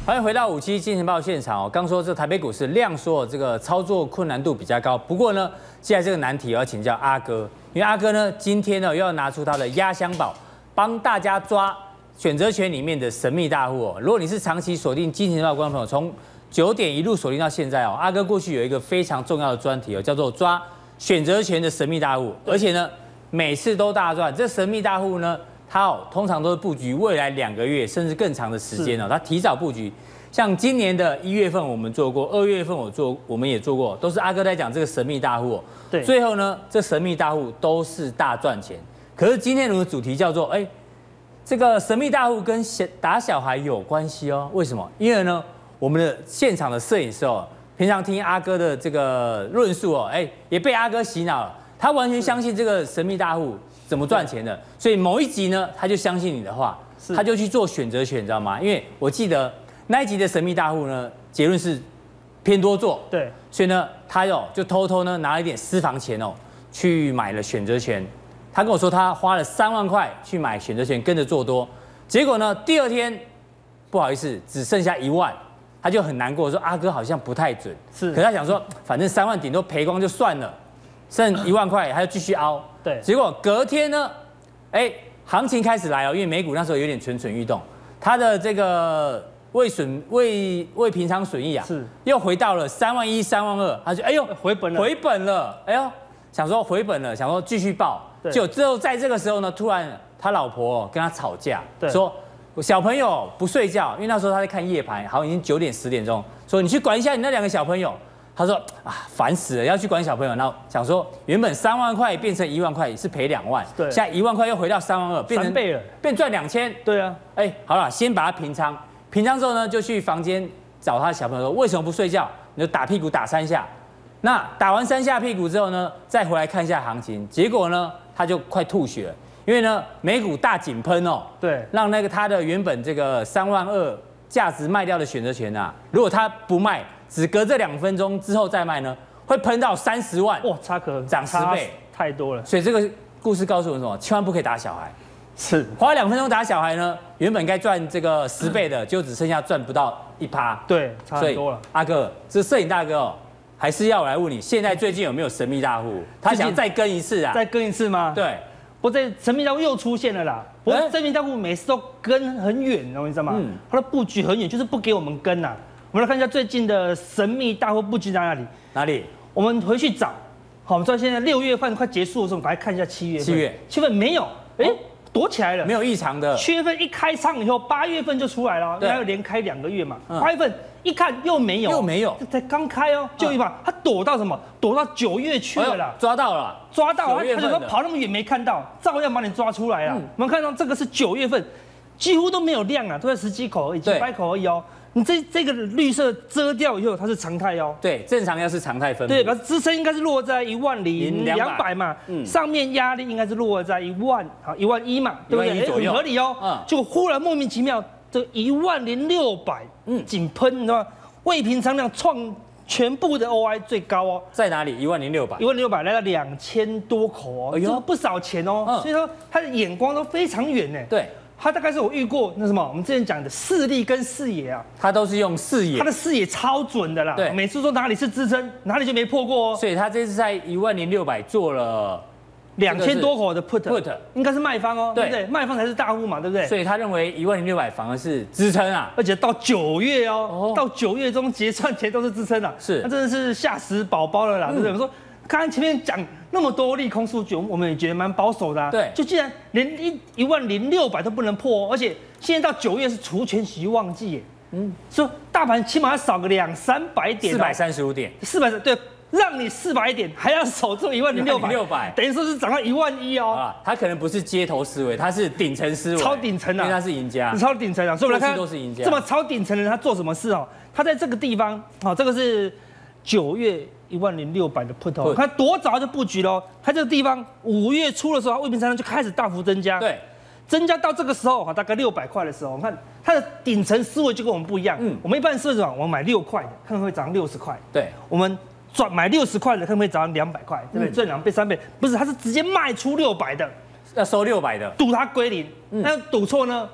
B: 欢迎回到五期金钱豹现场哦。刚说这台北股市量缩，这个操作困难度比较高。不过呢，现在这个难题我要请教阿哥，因为阿哥呢今天呢又要拿出他的压箱宝，帮大家抓选择权里面的神秘大户哦。如果你是长期锁定金钱豹的观众朋友，从九点一路锁定到现在哦，阿哥过去有一个非常重要的专题哦，叫做抓选择权的神秘大户，而且呢每次都大赚。这神秘大户呢，它哦通常都是布局未来两个月甚至更长的时间哦，它提早布局。像今年的一月份我们做过，二月份我做我们也做过，都是阿哥在讲这个神秘大户、哦。
E: 对
B: 最后呢，这神秘大户都是大赚钱。可是今天我们的主题叫做哎。这个神秘大户跟小打小孩有关系哦。为什么？因为呢，我们的现场的摄影师哦，平常听阿哥的这个论述哦，哎，也被阿哥洗脑了，他完全相信这个神秘大户怎么赚钱的，所以某一集呢，他就相信你的话，
E: 是
B: 他就去做选择权，你知道吗？因为我记得那一集的神秘大户呢，结论是偏多做，
E: 对，
B: 所以呢，他有就偷偷呢拿了一点私房钱哦，去买了选择权。他跟我说他花了三万块去买选择权，跟着做多。结果呢，第二天不好意思，只剩下一万，他就很难过，说阿啊哥好像不太准。
E: 是
B: 可他想说，反正三万顶多赔光就算了，剩一万块还要继续凹。
E: 对
B: 结果隔天呢，哎，行情开始来哦了，因为美股那时候有点蠢蠢欲动，它的这个未损未未平仓损益啊，
E: 是
B: 又回到了三万一、三万二，他就哎呦
E: 回本了
B: 回本了，哎呦，想说回本了，想说继续报，
E: 对
B: 就之后在这个时候呢，突然他老婆哦跟他吵架，
E: 对
B: 说小朋友不睡觉，因为那时候他在看夜盘，好像已经九点十点钟，说你去管一下你那两个小朋友。他说啊，烦死了，要去管小朋友。然后想说，原本三万块变成一万块是赔两万，
E: 对
B: 现在一万块又回到三万二，变成
E: 翻倍了，
B: 变赚两千。
E: 对啊，
B: 哎、好了，先把它平仓，平仓之后呢，就去房间找他小朋友说，为什么不睡觉？你就打屁股打三下。那打完三下屁股之后呢，再回来看一下行情，结果呢，他就快吐血了，因为呢，美股大井喷哦，
E: 对
B: 让那个他的原本这个三万二价值卖掉的选择权啊，如果他不卖，只隔这两分钟之后再卖呢，会喷到三十万，
E: 哇，差可
B: 涨十
E: 差
B: 倍
E: 太多了，
B: 所以这个故事告诉我们什么？千万不可以打小孩。
E: 是
B: 花两分钟打小孩呢，原本该赚这个十倍的，就只剩下赚不到一趴。
E: 对，嗯差很多了。
B: 阿哥，这摄影大哥哦，还是要我来问你，现在最近有没有神秘大户？他想再跟一次啊？
E: 再跟一次吗？，
B: 对，
E: 不过这神秘大户又出现了啦。不
B: 哎
E: 过神秘大户每次都跟很远，你知道吗
B: 嗯？
E: 它的布局很远，就是不给我们跟呐。我们来看一下最近的神秘大户布局在哪里。
B: 哪里？
E: 我们回去找。好，我们知道现在六月份快结束的时候，我们赶快看一下七月份。
B: 七月，
E: 七月份没有，哎、躲起来了。
B: 没有异常的。
E: 七月份一开仓以后，八月份就出来了，
B: 呃对
E: 然后连开两个月嘛。
B: 嗯
E: 八月份一看又没有，
B: 又没有嗯
E: 这才刚开哦，就一把他躲到什么？躲到九月去了
B: 哎
E: 啦
B: 呦。抓到了，
E: 抓到
B: 九
E: 他，
B: 月
E: 他
B: 份的
E: 就
B: 嗯
E: 说跑那么远没看到，照样把你抓出来了。我们看到这个是九月份，几乎都没有量啊，都在十几口而已，几
B: 对
E: 百口而已哦。你这这个绿色遮掉以后，它是常态哦。
B: 对，正常要是常态分布。
E: 对，表示支撑应该是落在一万零两百嘛，
B: 嗯
E: 上面压力应该是落在一万好一万一嘛，对不
B: 11000
E: 对？
B: 左右
E: 很合理哦。
B: 嗯
E: 就忽然莫名其妙，这一万零六百，
B: 嗯
E: 嗯，井喷，你知道吗？未平仓量创全部的 OI 最高哦，
B: 在哪里？一万零六百
E: 一。万六百来到两千多口
B: 哎
E: 哦，
B: 呦
E: 这个不少钱哦。
B: 嗯
E: 所以说他的眼光都非常远呢。，
B: 对，
E: 他大概是我遇过那什么，我们之前讲的视力跟视野啊，
B: 他都是用视野
E: 他的，视野超准的啦
B: 对，
E: 每次说哪里是支撑，哪里就没破过哦。
B: 所以他这次在一万零六百做了，
E: 两千多口的 put
B: put
E: 应该是卖方哦，
B: 对
E: 对不对？卖方才是大户嘛，对不
B: 所
E: 对？
B: 以他认为一万零六百反而是支撑啊。
E: 而且到九月哦
B: 哦，
E: 到九月中结算前都是支撑了，
B: 是
E: 那真的是嗯吓死宝宝了啦，对不对？我说刚才前面讲那么多利空数据，我们我们也觉得蛮保守的、啊，
B: 对
E: 就既然连一一万零六百都不能破、哦，而且现在到九月是除权息旺季耶，嗯，所以大盘起码要少个两三百点、哦
B: 四百。三十五点，
E: 四百对，让你四百点还要守住一万零六百，
B: 1600
E: 等于说是涨到一万一哦。
B: 啊，他可能不是街头思维，他是顶层思维，
E: 超顶层啊
B: 因为他是赢家
E: 你。超顶层啊，所以我们来看
B: 过去都是赢家
E: 这么超顶层的人，他做什么事哦？他在这个地方，好、这个是九月一万零六百的 put 哦
B: put，
E: 他多早就布局喽？他这个地方五月初的时候，他未平仓量就开始大幅增加，，
B: 对，
E: 增加到这个时候哦哈，大概六百块的时候，我看他的顶层思维就跟我们不一样，
B: 嗯
E: 嗯，我们一般思维是什么？我们买六块的，看会不会涨六十块，
B: 对，
E: 我们赚买六十块的，看会不会涨两百块，对不对？
B: 嗯
E: 赚两倍、三倍，不是，他是直接卖出六百的。
B: 要收六百的，
E: 赌它归零，
B: 嗯
E: 那赌错呢？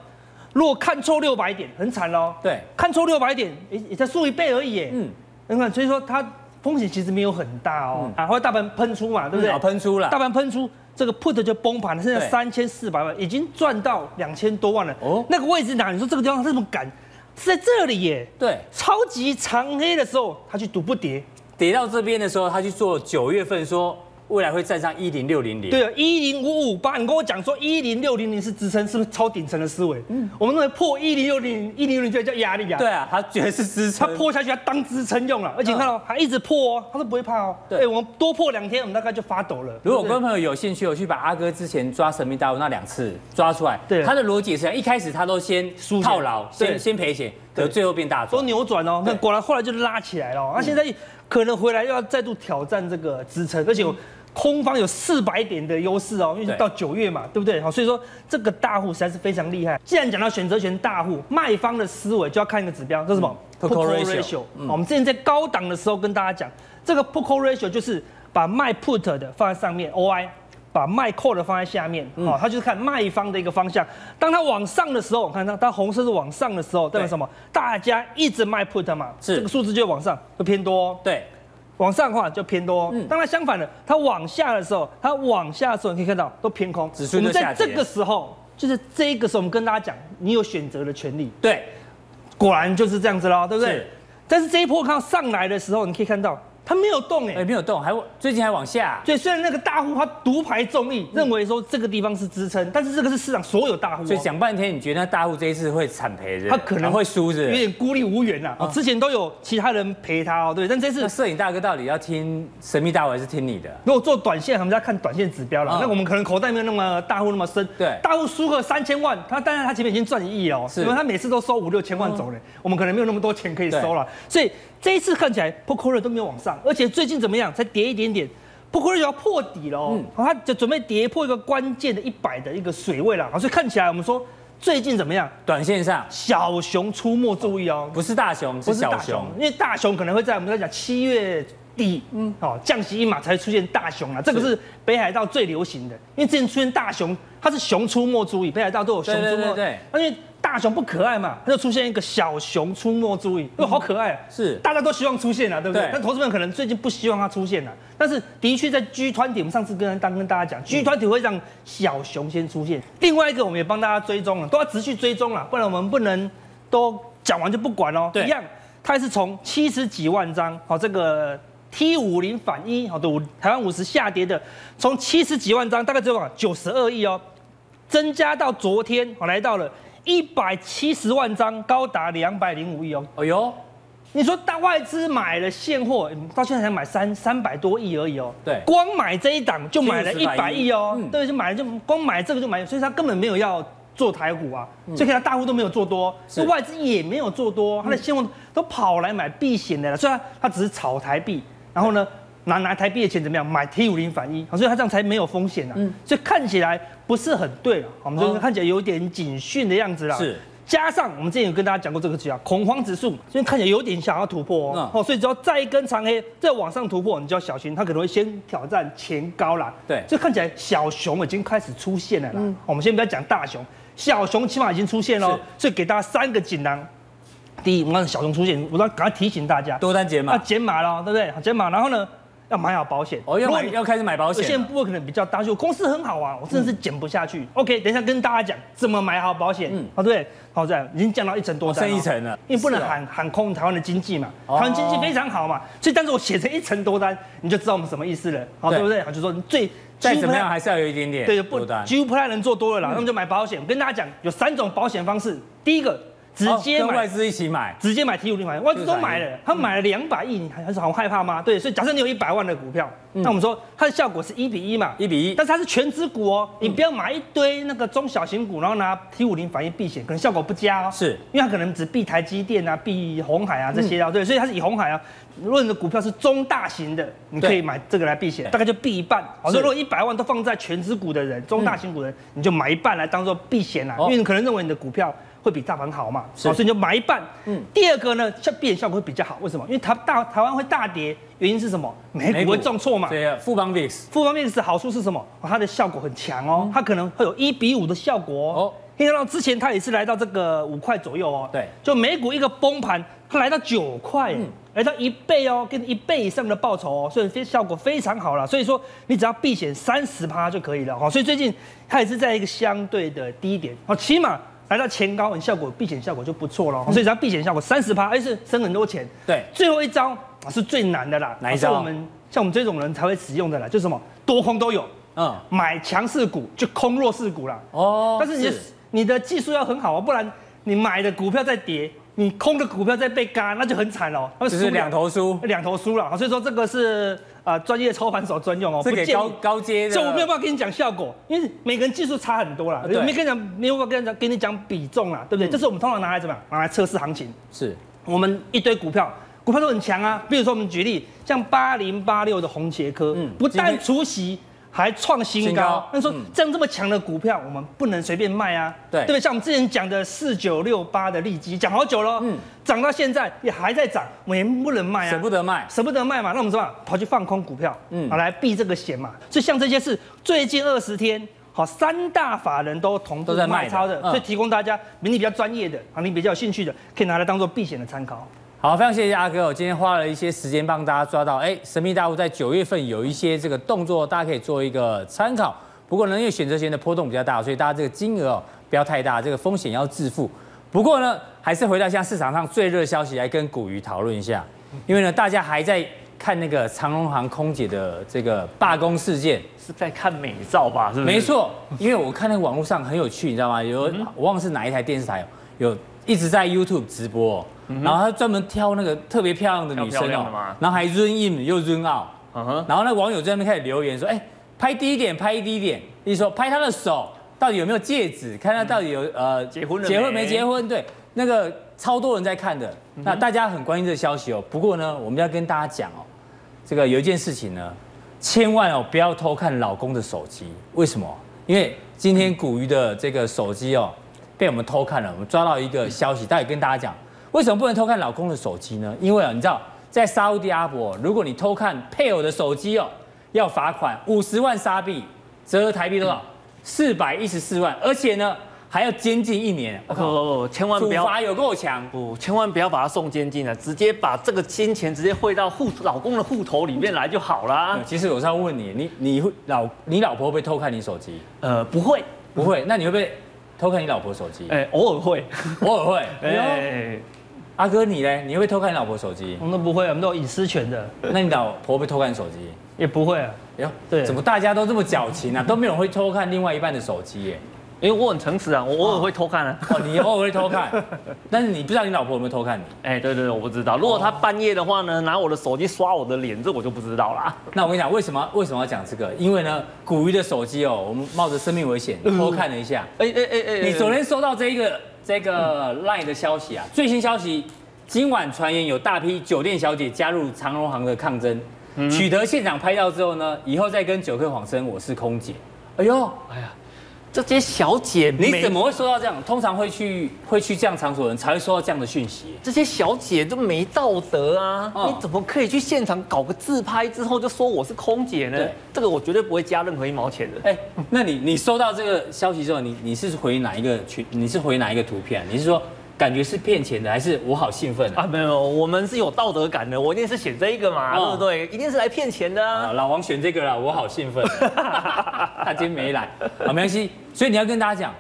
E: 如果看错六百点，很惨喽。
B: 对
E: 看错六百点，也也才输一倍而已耶。
B: 嗯
E: 嗯，你看，所以说它风险其实没有很大哦。啊，后来大盘喷出嘛，对不对？
B: 嗯喷出了
E: 大盘喷出，这个 put 就崩盘了，现在
B: 对
E: 三千四百万，已经赚到两千多万了。
B: 哦
E: 哦，那个位置哪？你说这个地方他怎么敢？是在这里耶。
B: 对，
E: 超级长黑的时候，他去赌不跌。
B: 跌到这边的时候，他去做九月份说未来会站上一零六零零，
E: 对，啊，一零五五八，你跟我讲说一零六零零是支撑，是不是超顶层的思维？嗯，我们认为破一零六零一零六零就叫压力啊。
B: 对，啊，他觉得是支
E: 它
B: 撑，
E: 破下去，它当支撑用了，啊而且你看到它一直破哦，它都不会怕哦。
B: 嗯对
E: 哎我们多破两天，我们大概就发抖了。
B: 如果观
E: 对
B: 众
E: 不
B: 朋友有兴趣，我去把阿哥之前抓神秘大陆那两次抓出来，
E: 对啊
B: 他的逻辑也是这啊样，一开始他都先
E: 输钱
B: 套牢，先
E: 对
B: 先赔钱，得最后变大
E: 对都
B: 赚。
E: 扭转哦，
B: 对嗯
E: 那果然后来就拉起来了哦。那现在可能回来又要再度挑战这个支撑，而且有空方有四百点的优势哦，因
B: 嗯对
E: 为到九月嘛，对不对？好，所以说这个大户实在是非常厉害。既然讲到选择权大户，卖方的思维就要看一个指标，叫什么
B: Put call 嗯 ratio
E: 好我们之前在高档的时候跟大家讲，这个 put call ratio 就是把卖 put 的放在上面，OI。把卖 call 的放在下面，
B: 嗯
E: 哦，它就是看卖方的一个方向。当它往上的时候，我看它，它红色是往上的时候，代表什么？大家一直卖 put 嘛，
B: 是
E: 这个数字就会往上，会偏多、哦。
B: 对，嗯
E: 往上的话就偏多、哦，当然相反的，它往下的时候，它往下的时候，你可以看到都偏空。
B: 指数
E: 我们
B: 就
E: 在
B: 下跌
E: 这个时候，就是这个时候，我们跟大家讲，你有选择的权利。
B: 对，
E: 果然就是这样子喽，对不对？
B: 是
E: 但是这一波看到上来的时候，你可以看到它没有动哎、
B: 哎，没有动，还往最近还往下，
E: 对，虽然那个大户他独排众议，认为说这个地方是支撑，但是这个是市场所有大户、哦，
B: 所以讲半天，你觉得那大户这一次会惨赔是不是？
E: 他可能
B: 会输是
E: 有
B: 不是？
E: 点孤立无援啦、哦，之前都有其他人陪他哦，对，但这次
B: 那摄影大哥到底要听神秘大佬还是听你的？
E: 如果做短线，我们要看短线指标了
B: 嗯。
E: 那我们可能口袋没有那么大户那么深。
B: 对
E: 大户输个三千万，他当然他前面已经赚一亿了哦，
B: 是嗯
E: 因为他每次都收五六千万走了，我们可能没有那么多钱可以收了。所以这一次看起来 p o c o r 都没有往上，而且最近怎么样，才跌一点点。p o c o r 要破底了
B: 嗯
E: 哦，好，它就准备跌破一个关键的一百的一个水位了。好，所以看起来我们说最近怎么样，
B: 短线上
E: 小熊出没，注意哦。
B: 不是大熊，是
E: 不是
B: 小
E: 大
B: 熊
E: 熊，因为大熊可能会在我们在讲七月低，嗯，哦，降息一码才出现大熊啊，这个是北海道最流行的，因为之前出现大熊，它是熊出没注意，北海道都有熊出没，
B: 对对对对
E: 那因为大熊不可爱嘛，它就出现一个小熊出没注意，哇，好可爱、啊，
B: 嗯是
E: 大家都希望出现啊，对不对
B: 对？
E: 但投资人可能最近不希望它出现啊，但是的确在 G 团体，我们上次跟当跟大家
B: 嗯
E: 讲，G 团体会让小熊先出现，另外一个我们也帮大家追踪啊了，都要持续追踪了，不然我们不能都讲完就不管哦，
B: 对
E: 一样。它是从七十几万张，好这个 T 五零反一，好的五台湾五十下跌的，从七十几万张，大概只有九十二亿哦，增加到昨天，好来到了一百七十万张，高达两百零五亿哦。
B: 哎呦，
E: 你说大外资买了现货，嗯到现在才买三三百多亿而已哦。
B: 对
E: 光买这一档就买了
B: 就
E: 一
B: 100
E: 百
B: 亿
E: 亿哦
B: 嗯。
E: 对，就买了就光买这个就买，所以他根本没有要做台股啊，所以他大户都没有做多，
B: 嗯是
E: 那外资也没有做多，他的现货都跑来买避险的了。虽然他只是炒台币，然后呢拿拿台币的钱怎么样买 T 五零反一，所以他这样才没有风险啊。所以看起来不是很对了，我们就是
B: 嗯
E: 看起来有点警讯的样子啦。
B: 是。
E: 加上我们之前有跟大家讲过这个指标恐慌指数，因为看起来有点想要突破哦，
B: 嗯
E: 哦，所以只要再一根长黑再往上突破，你就要小心，它可能会先挑战前高啦。
B: 对
E: 所以看起来小熊已经开始出现了啦。哦我们先不要讲大熊，小熊起码已经出现喽，所以给大家三个锦囊。第一，我们让小熊出现，我要赶快提醒大家，
B: 多单解
E: 要
B: 码，
E: 减码了，对不对？减码，然后呢，要买好保险。
B: 哦，要
E: 如果
B: 买
E: 你
B: 要开始买保
E: 有些
B: 险
E: 人
B: 了，
E: 部位可能比较大，就公司很好啊，我真的是减不下去。OK，等一下跟大家讲怎么买好保险，
B: 嗯
E: 好对，好在已经降到一层多单哦，
B: 剩一层了
E: 因为不能
B: 是哦
E: 喊喊空台湾的经济嘛，
B: 哦
E: 台湾经济非常好嘛，所以但是我写成一层多单，你就知道我们什么意思了，好
B: 对
E: 对不对？好就说你最
B: 再怎么样还是要有一点点
E: 对，不
B: 多单，嗯
E: 几乎不太能做多了啦，那么就买保险。我跟大家讲，有三种保险方式，第一个直
B: 哦
E: 接
B: 跟
E: 买
B: 外资一起买，
E: 直接买 T 五零反外资都买
B: 就是嗯
E: 了，他买了两百亿，你还还是好害怕吗？对，所以假设你有一百万的股票，
B: 嗯
E: 那我们说它的效果是一比一嘛，
B: 一比一
E: 但是它是全指股哦，你不要买一堆那个中小型股，然后拿 T 五零反应避险，可能效果不佳哦。
B: 是，嗯
E: 因为它可能只避台积电啊、避红海啊这些啊，对，所以它是以红海啊，如果你的股票是中大型的，你
B: 对
E: 可以买这个来避险，大概就避一半。好，
B: 是嗯
E: 所以如果一百万都放在全指股的人、中大型股的人，你就买一半来当做避险啦，
B: 哦
E: 因为你可能认为你的股票。会比大盘好嘛？
B: 是
E: 好所以你就买一半。
B: 嗯
E: 嗯，第二个呢，像避险效果会比较好，为什么？因为台大台湾会大跌，原因是什么？美股会重挫嘛。
B: 对啊，富邦 VIX
E: 富邦 VIX 的好处是什么？哦它的效果很强哦，它可能会有一比五的效果
B: 嗯哦
E: 哦。因为到之前它也是来到这个五块左右哦，
B: 对嗯
E: 就美股一个崩盘，它来到九块耶，来到一倍哦，跟一倍以上的报酬哦，所以非效果非常好了。所以说你只要避险三十趴就可以了哈。哦所以最近它也是在一个相对的低点哦，起码。来到前高，你效果避险效果就不错了，哦所以只要避险效果三十趴，而哎是省很多钱。
B: 嗯对
E: 最后一招啊是最难的啦，
B: 哪一招
E: 是我们像我们这种人才会使用的啦，就是什么多空都有，
B: 嗯，
E: 买强势股就空弱势股啦。
B: 哦
E: 但是你的你的技术要很好啊，不然你买的股票在跌，你空的股票在被嘎，那就很惨哦。那
B: 就是两头输，
E: 两头输了，所以说这个是呃专业操盘手专用哦，
B: 是给
E: 建议
B: 高高阶的，
E: 这我没有办法跟你讲效果，因为每个人技术差很多啦，
B: 啊对嗯
E: 没跟你讲，没有办法跟你讲跟你讲比重啦，对不对？这是我们通常拿来怎么样？拿来测试行情。
B: 是
E: 我们一堆股票，股票都很强啊。比如说我们举例，像八零八六的红茄科，
B: 嗯
E: 不
B: 今
E: 但
B: 天
E: 除息还创新
B: 新高
E: 高。那说
B: 嗯
E: 这样这么强的股票，我们不能随便卖啊，
B: 对
E: 对不对？像我们之前讲的四九六八的利基，讲好久了，
B: 嗯
E: 嗯，涨到现在也还在涨，我们也不能卖啊，
B: 舍不得卖，
E: 舍不得卖嘛，那我们怎么办跑去放空股票，
B: 嗯
E: 嗯，好来避这个险嘛。所以像这些是最近二十天，好三大法人都同步
B: 都在卖的
E: 卖超的，
B: 嗯
E: 所以提供大家你比较专业的，啊，你比较有兴趣的，可以拿来当做避险的参考。
B: 好，非常谢谢阿哥哦，我今天花了一些时间帮大家抓到，哎，神秘大物在九月份有一些这个动作，大家可以做一个参考。不过呢，因为选择权的波动比较大，所以大家这个金额哦不要太大，这个风险要自负。不过呢，还是回到现在市场上最热的消息来跟古鱼讨论一下，因为呢，大家还在看那个长荣航空姐的这个罢工事件。
F: 是在看美照吧？是不是？嗯
B: 没，错，因为我看那个网络上很有趣，你知道吗？有我忘了是哪一台电视台哦有有一直在 YouTube 直播哦，然后他专门挑那个特别漂亮的女
F: 嗯挑漂
B: 生
F: 亮的
B: 哦
F: 吗，
B: 然后还 run in 又 run out，
F: 嗯哼，
B: 然后那网友在那边开始留言说，哎，拍低一点，拍低一点，意思说拍她的手到底有没有戒指，看她到底有呃
F: 嗯结婚了
B: 结婚
F: 没
B: 没结婚，对，那个超多人在看的，
F: 嗯
B: 那大家很关心这个消息哦。不过呢，我们要跟大家讲哦，这个有一件事情呢，千万哦不要偷看老公的手机。为什么？因为今天古鱼的这个手机哦被我们偷看了，我们抓到一个消息，待会跟大家讲为什么不能偷看老公的手机呢？因为啊，你知道在沙烏地阿拉伯，如果你偷看配偶的手机哦，要罚款五十万沙币，折合台币多少？四百一十四万，而且呢还要监禁一年。
F: 不不不，千万
B: 处
F: 不要
B: 罚有够强，
F: 不，千万不要把他送监禁了，啊直接把这个金钱直接汇到户老公的户头里面来就好啦。
B: 其实我是要问你，你你会老你老婆会不会偷看你手机？
F: 呃，不会，
B: 不会，那你会不会偷看你老婆手机？
F: 哎、偶尔会，
B: 偶尔会。
F: 哎、
B: 哎呦阿哥你嘞？你会不会偷看你老婆手机
E: 我？
F: 哎
E: 们都不会，我们都有隐私权的，
B: 那你老婆会不会偷看你手机？
E: 也不会啊。
B: 哎呦，
E: 对
B: 怎么大家都这么矫情啊？都没有人会偷看另外一半的手机 耶？
F: 因为我很诚实啊，我偶尔会偷看啊。
B: 哦，你偶尔会偷看，但是你不知道你老婆有没有偷看你。
F: 哎、对对对，我不知道。如果他半夜的话呢，拿我的手机刷我的脸，这我就不知道啦。
B: 那我跟你讲，为什么为什么要讲这个？因为呢，古鱼的手机哦，我们冒着生命危 险偷看了一下。
F: 哎哎哎哎
B: 你昨天收到这一个这个 LINE 的消息啊，最新消息，今晚传言有大批酒店小姐加入长荣行的抗争，取得现场拍照之后呢，以后再跟酒客谎称我是空姐。哎呦，
F: 这些小姐没，
B: 你怎么会收到这样？通常会去会去这样场所的人才会收到这样的讯息。
F: 这些小姐都没道德啊！
B: 嗯
F: 你怎么可以去现场搞个自拍之后就说我是空姐呢
B: 对？
F: 这个我绝对不会加任何一毛钱的。
B: 哎、那你你收到这个消息之后，你你是回哪一个群？你是回哪一个图片啊、你是说感觉是骗钱的，还是我好兴奋啊？
F: 啊，没有没有，我们是有道德感的，我一定是选这一个嘛，
B: 哦
F: 对不对？一定是来骗钱的
B: 啊，
F: 啊！
B: 老王选这个了，我好兴 奋，他今天没来，啊，没关系。所以你要跟大家讲，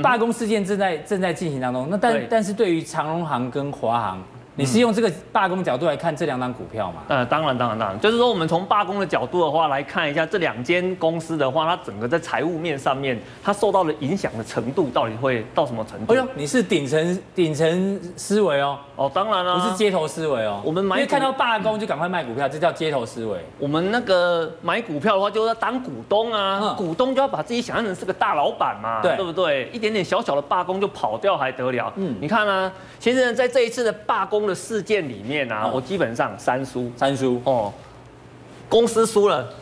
B: 罢工事件正在正在进行当中。那但
F: 嗯对嗯
B: 但是对于长荣航跟华航，你是用这个罢工角度来看这两档股票嘛？
F: 呃，当然，当然，当然，就是说，我们从罢工的角度的话来看一下这两间公司的话，它整个在财务面上面，它受到的影响的程度到底会到什么程度？
B: 哎呦，你是顶层顶层思维哦，
F: 哦，当然啦、
B: 不是街头思维哦。
F: 我们买
B: 因为
F: 股
B: 看到罢工就赶快卖股票，这叫街头思维。
F: 我们那个买股票的话，就是要当股东啊，
B: 嗯
F: 股东就要把自己想象成是个大老板嘛，
B: 对
F: 不对？一点点小小的罢工就跑掉还得了？
B: 嗯
F: 嗯，你看啊，先生在这一次的罢工的事件里面啊，
B: 嗯
F: 我基本上三输
B: 三叔
F: 哦，公司输了，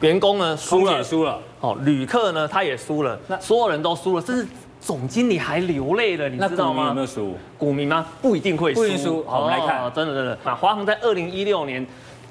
F: 员工呢输
B: 输了
F: 了，
B: 输了，
F: 哦，旅客呢他也输了
B: 那，
F: 所有人都输了，甚至总经理还流泪了，你
B: 那
F: 知
B: 股
F: 道
B: 民
F: 吗？
B: 有没有输？
F: 股民吗？不一定会输，哦
B: 不一定输好我们来看
F: 真的真的。啊，华航在二零一六年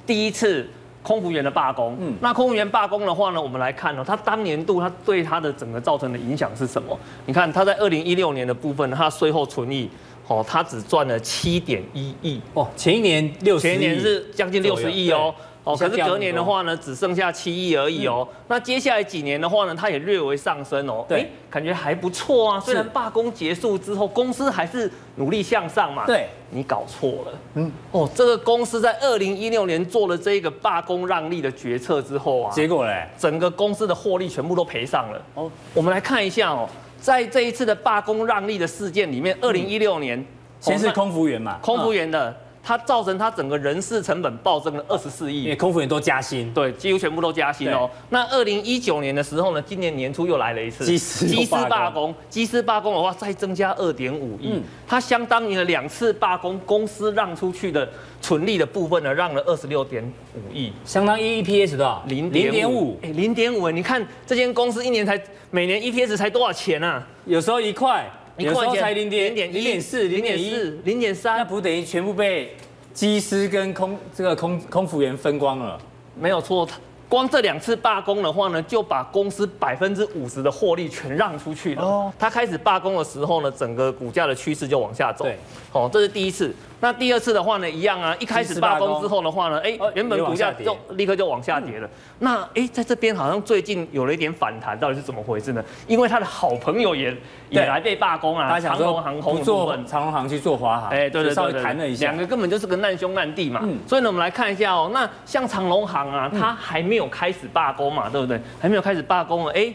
F: 第一次空服员的罢工，
B: 嗯
F: 嗯，那空服员罢工的话呢，我们来看哦，它当年度它对它的整个造成的影响是什么？你看它在二零一六年的部分，它税后存益。哦，它只赚了七点一亿，
B: 哦，前一年六十，
F: 前一年是将近
B: 左
F: 六
B: 右
F: 十亿哦。
B: 对
F: 哦，可
B: 一下
F: 是
B: 掉那么
F: 隔年的话呢，只剩下七亿而已哦。那接下来几年的话呢，它也略微上升哦。
B: 嗯对
F: 诶，感觉还不错啊。虽然
B: 是
F: 罢工结束之后，公司还是努力向上嘛。
B: 对，
F: 你搞错了。嗯，哦，这个公司在二零一六年做了这个罢工让利的决策之后啊，
B: 结果嘞，
F: 整个公司的获利全部都赔上了。哦，我们来看一下哦，在这一次的罢工让利的事件里面，二零一六年
B: 嗯先是
F: 哦那
B: 空服员嘛，啊
F: 空服员的，它造成它整个人事成本暴增了二十四
B: 嗯，因
F: 亿
B: 为。空服员都加薪，
F: 对，几乎全部都加薪哦。那二零一九年的时候呢，今年年初又来了一次
B: 机师又
F: 机师
B: 罢工
F: 罢工，机师罢工的话再增加二点五亿
B: 嗯，
F: 它相当于了两次罢工，公司让出去的纯利的部分呢，让了二十六点五亿。
B: 相当于 EPS 多少？
F: 零
B: 零点五，
F: 哎，零点五，你看这间公司一年才每年 EPS 才多少钱啊？
B: 有时候一块，有时候才零点
F: 零点
B: 零点四、零
F: 零点
B: 点一，
F: 四、零点三
B: 那，不等于全部被机师跟空这个空空服员分光了？
F: 没有错，它光这两次罢工的话呢，就把公司百分之五十的获利全让出去了。哦，它开始罢工的时候呢，整个股价的趋势就往下走。
B: 对，
F: 哦，这是第一次。那第二次的话呢，一样啊，一开
B: 第一
F: 始
B: 次罢
F: 罢
B: 工
F: 工之后的话呢，哎
B: 哦，
F: 原本股价
B: 也往
F: 就
B: 下嗯
F: 立刻就往下跌了。那哎，在这边好像最近有了一点反弹，到底是怎么回事呢？因为他的好朋友也也
B: 对
F: 来被罢工
B: 大
F: 啊，
B: 家想
F: 长
B: 说
F: 荣航空
B: 不
F: 的部
B: 做
F: 分。
B: 长荣航去做华航，
F: 哎，
B: 就
F: 对对
B: 稍微
F: 对对，
B: 谈了一下
F: 两。个根本就是个难兄难弟嘛。
B: 嗯
F: 所以呢，我们来看一下哦，那像长隆行啊，它还没有开始罢工嘛，对不对？还没有开始罢工哦，哎，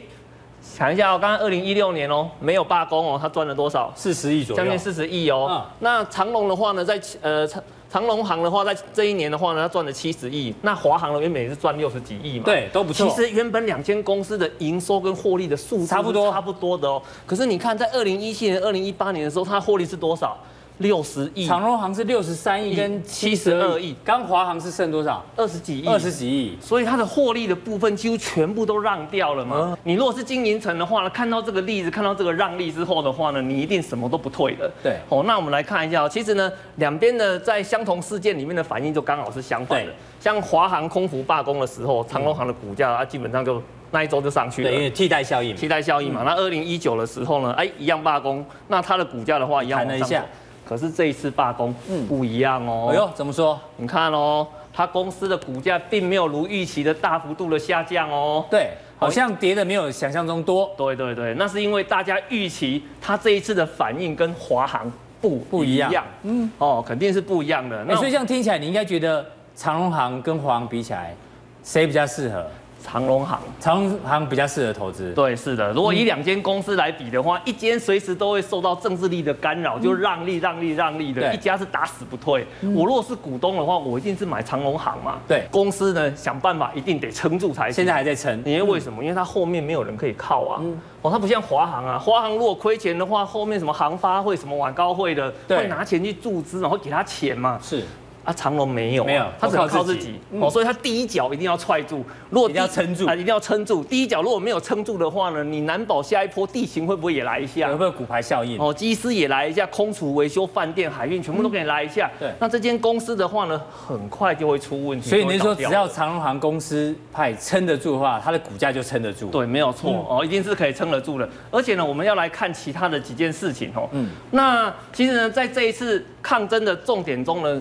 F: 想一下哦，刚刚二零一六年哦，没有罢工哦，它赚了多少？
B: 四十亿左
F: 将
B: 右
F: 近，四十亿哦
B: 嗯。
F: 那长隆的话呢，在呃长长隆行的话，在这一年的话呢，它赚了七十亿。那华航呢，原本也是赚六十几亿嘛。
B: 对，都不错。
F: 其实原本两间公司的营收跟获利的数字
B: 差不多
F: 是差不多的哦。可是你看，在二零一七年、二零一八年的时候，它获利是多少？六十亿、
B: 长荣行是六十三亿跟七十二
F: 72
B: 亿
F: 亿，
B: 刚华航是剩多少？
F: 二十几亿、
B: 二十几亿。
F: 所以它的获利的部分几乎全部都让掉了
B: 嗯
F: 嘛。你如果是经营层的话呢，看到这个例子，看到这个让利之后的话呢，你一定什么都不退的。
B: 对
F: 哦，那我们来看一下哦，其实呢，两边的在相同事件里面的反应就刚好是相反的
B: 对。
F: 像华航空服罢工的时候，长隆航的股价啊，基本上就那一周就上去了
B: 对，因。为替代效应嘛。
F: 期待效
B: 嗯
F: 应嘛。那二零一九的时候呢，哎，一样罢工，那它的股价的话一样
B: 谈了
F: 往
B: 一
F: 上
B: 下
F: 走。可是这一次罢工
B: 嗯
F: 不一样哦。
B: 哎呦，怎么说？
F: 你看哦，它公司的股价并没有如预期的大幅度的下降哦。
B: 对，好像跌的没有想象中多。
F: 对对对，那是因为大家预期它这一次的反应跟华航不
B: 不一样
F: 嗯，哦，肯定是不一样的。
B: 哎，
F: 那
B: 所以这样听起来，你应该觉得长荣行跟华航比起来，谁比较适合？
F: 长隆航。
B: 长荣行比较适合投资。
F: 对，是的。如果
B: 嗯
F: 以两间公司来比的话，一间随时都会受到政治力的干扰，就让利、让利、让利的；
B: 嗯对嗯
F: 一家是打死不退。我如果是股东的话，我一定是买长隆行嘛。
B: 对
F: 公司呢想办法一定得撑住才行。
B: 现在还嗯在撑。
F: 因为为什么？因为它后面没有人可以靠啊。哦，它不像华航啊，华航如果亏钱的话，后面什么航发会、什么晚高会的，
B: 对
F: 会拿钱去注资，然后给他钱嘛。
B: 是，
F: 啊，长隆没有啊，
B: 没有
F: 他只能
B: 都靠
F: 靠
B: 自
F: 自
B: 己
F: 己
B: 嗯
F: 哦，所以他第一脚一定要踹住，如果
B: 一定要
F: 第
B: 撑住
F: 啊，一定要撑住。第一脚如果没有撑住的话呢，你难保下一波地形会不会也来一下
B: 有？没有股牌效应？
F: 哦，机师也来一下，空厨、维修、饭店、海运全部都给你来一下。
B: 对
F: 那这间公司的话呢，很快就会出问题。
B: 所以您
F: 就
B: 说，
F: 会
B: 只
F: 倒掉
B: 要长荣航公司派撑得住的话，它的股价就撑得住。，
F: 对，没有错、
B: 嗯
F: 哦，一定是可以撑得住的。而且呢，我们要来看其他的几件事情哦。
B: 嗯
F: 嗯，那其实呢，在这一次抗争的重点中呢，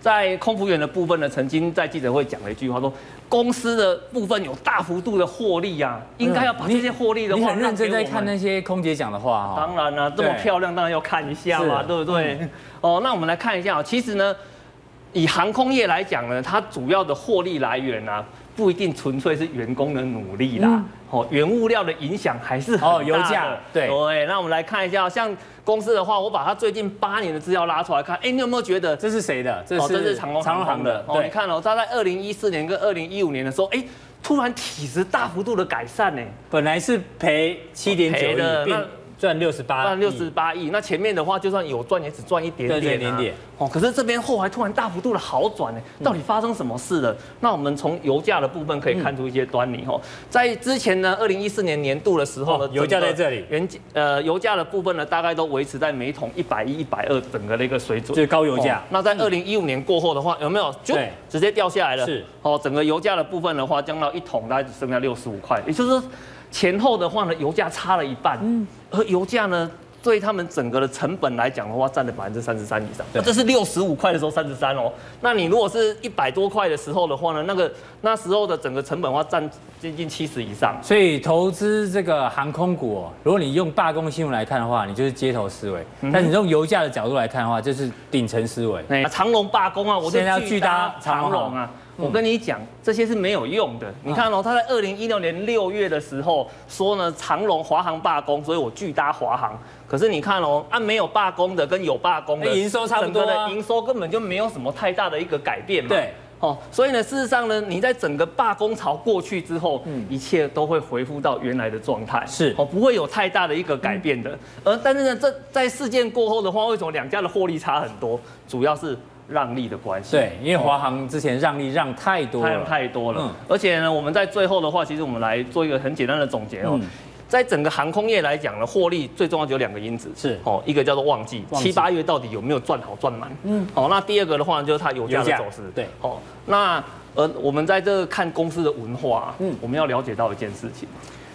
F: 在空服员的部分呢，曾经在记者会讲了一句话说，公司的部分有大幅度的获利啊，应该要把这些获利的
B: 嗯你
F: 话
B: 很认真在看
F: 呢。
B: 那些空姐讲的话哈。
F: 当然啦、这么
B: 对
F: 漂亮，当然要看一下嘛，
B: 是嗯
F: 对不对？哦，那我们来看一下、哦，其实呢，以航空业来讲呢，它主要的获利来源啊，不一定纯粹是员工的努力啦，哦，原物料的影响还是很大
B: 嗯哦
F: 的
B: 油价对
F: 对，那我们来看一下哦、像公司的话，我把它最近八年的资料拉出来看，哎，你有没有觉得？
B: 这是谁的？这
F: 哦，
B: 是
F: 这是长隆
B: 长荣
F: 航
B: 航的
F: 的。。哦，你看哦，它在二零一四年跟二零一五年的时候，哎，突然体质大幅度的改善呢。
B: 本来是赔七点九
F: 哦赔的
B: 亿，变
F: 那
B: 赚六十八，
F: 赚六十八亿，那前面的话就算有赚也只赚一点点、啊，
B: 对对点点
F: 哦，可是这边后来突然大幅度的好转呢，到底发生什么事了？那我们从油价的部分可以看出一些端倪哦。在之前呢，二零一四年年度的时候呢，
B: 哦油价在这里
F: 原呃油价的部分呢，大概都维持在每桶一百一、一百二整个的一个水准，哦
B: 就是高油价
F: 那在二零一五年过后的话，有没有就
B: 对
F: 直接掉下来了？
B: 是
F: 哦，整个油价的部分的话，降到一桶大概只剩下六十五块，也就是说前后的话呢，油价差了一半。嗯，而油价呢，对他们整个的成本来讲的话，占了百分之三十三以上。哦
B: 对
F: 那这是六十五块的时候三十三哦，那你如果是一百多块的时候的话呢，那个那时候的整个成本的话占接近七十以上。
B: 所以投资这个航空股哦，如果你用罢工新闻来看的话，你就是街头思维；
F: 嗯
B: 但你用油价的角度来看的话，就是顶层思维。
F: 哎，长隆罢工啊，我就
B: 现在要
F: 巨
B: 巨搭长
F: 长
B: 荣
F: 隆啊。我跟你讲，这些是没有用的。你看哦，他在二零一六年六月的时候说呢，长隆、华航罢工，所以我巨搭华航。可是你看哦，啊，没有罢工的跟有罢工的
B: 哎营收差不多啊
F: 整个的营收根本就没有什么太大的一个改变嘛。
B: 对。
F: 哦，所以呢，事实上呢，你在整个罢工潮过去之后，一切都会恢复到原来的状态，
B: 嗯是嗯
F: 哦，不会有太大的一个改变的。而但是呢，这在事件过后的话，为什么两家的获利差很多？主要是让利的关系，
B: 对，因为华航之前让利让太多
F: 太
B: 了，
F: 太多了。
B: 嗯
F: 而且呢，我们在最后的话，其实我们来做一个很简单的总结哦。
B: 嗯
F: 在整个航空业来讲呢，获利最重要就有两个因子，
B: 是
F: 哦，一个叫做旺季，
B: 旺季
F: 七八月到底有没有赚好赚满，嗯，好、那第二个的话呢就是它油价
B: 油
F: 的
B: 价
F: 走势，
B: 对
F: 哦，那呃，我们在这个看公司的文化、啊，
B: 嗯
F: 嗯，我们要了解到一件事情，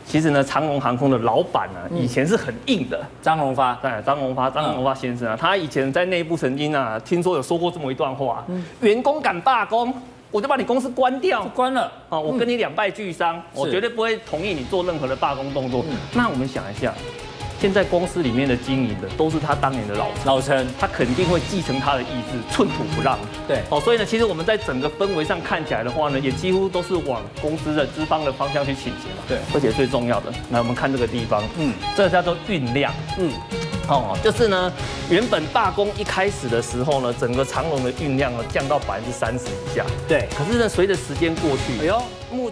F: 其实呢，长荣航空的老板呢、
B: 嗯
F: 以前是很硬的，
B: 张荣发
F: 哎，张荣
B: 嗯
F: 发，张荣发先生啊，他以前在内部曾经啊，听说有说过这么一段话：啊
B: 嗯
F: 员工敢罢工，我就把你公司关掉
B: 就。关了。
F: 啊，我跟你两败俱伤，我
B: 嗯是嗯
F: 绝对不会同意你做任何的罢工动作。那我们想一下，现在公司里面的经营的都是他当年的老臣，
B: 老陈，
F: 他肯定会继承他的意志，寸土不让。
B: 对
F: 哦，所以呢，其实我们在整个氛围上看起来的话呢，也几乎都是往公司的资方的方向去倾斜嘛。
B: 对
F: 而且最重要的，来我们看这个地方，
B: 嗯
F: 嗯，这叫做酝酿。
B: 嗯，
F: 哦，就是呢，原本罢工一开始的时候呢，整个长隆的运量呢降到百分之三十以下。
B: 对，
F: 可是呢，随着时间过
B: 哎
F: 去，
B: 呦，
F: 目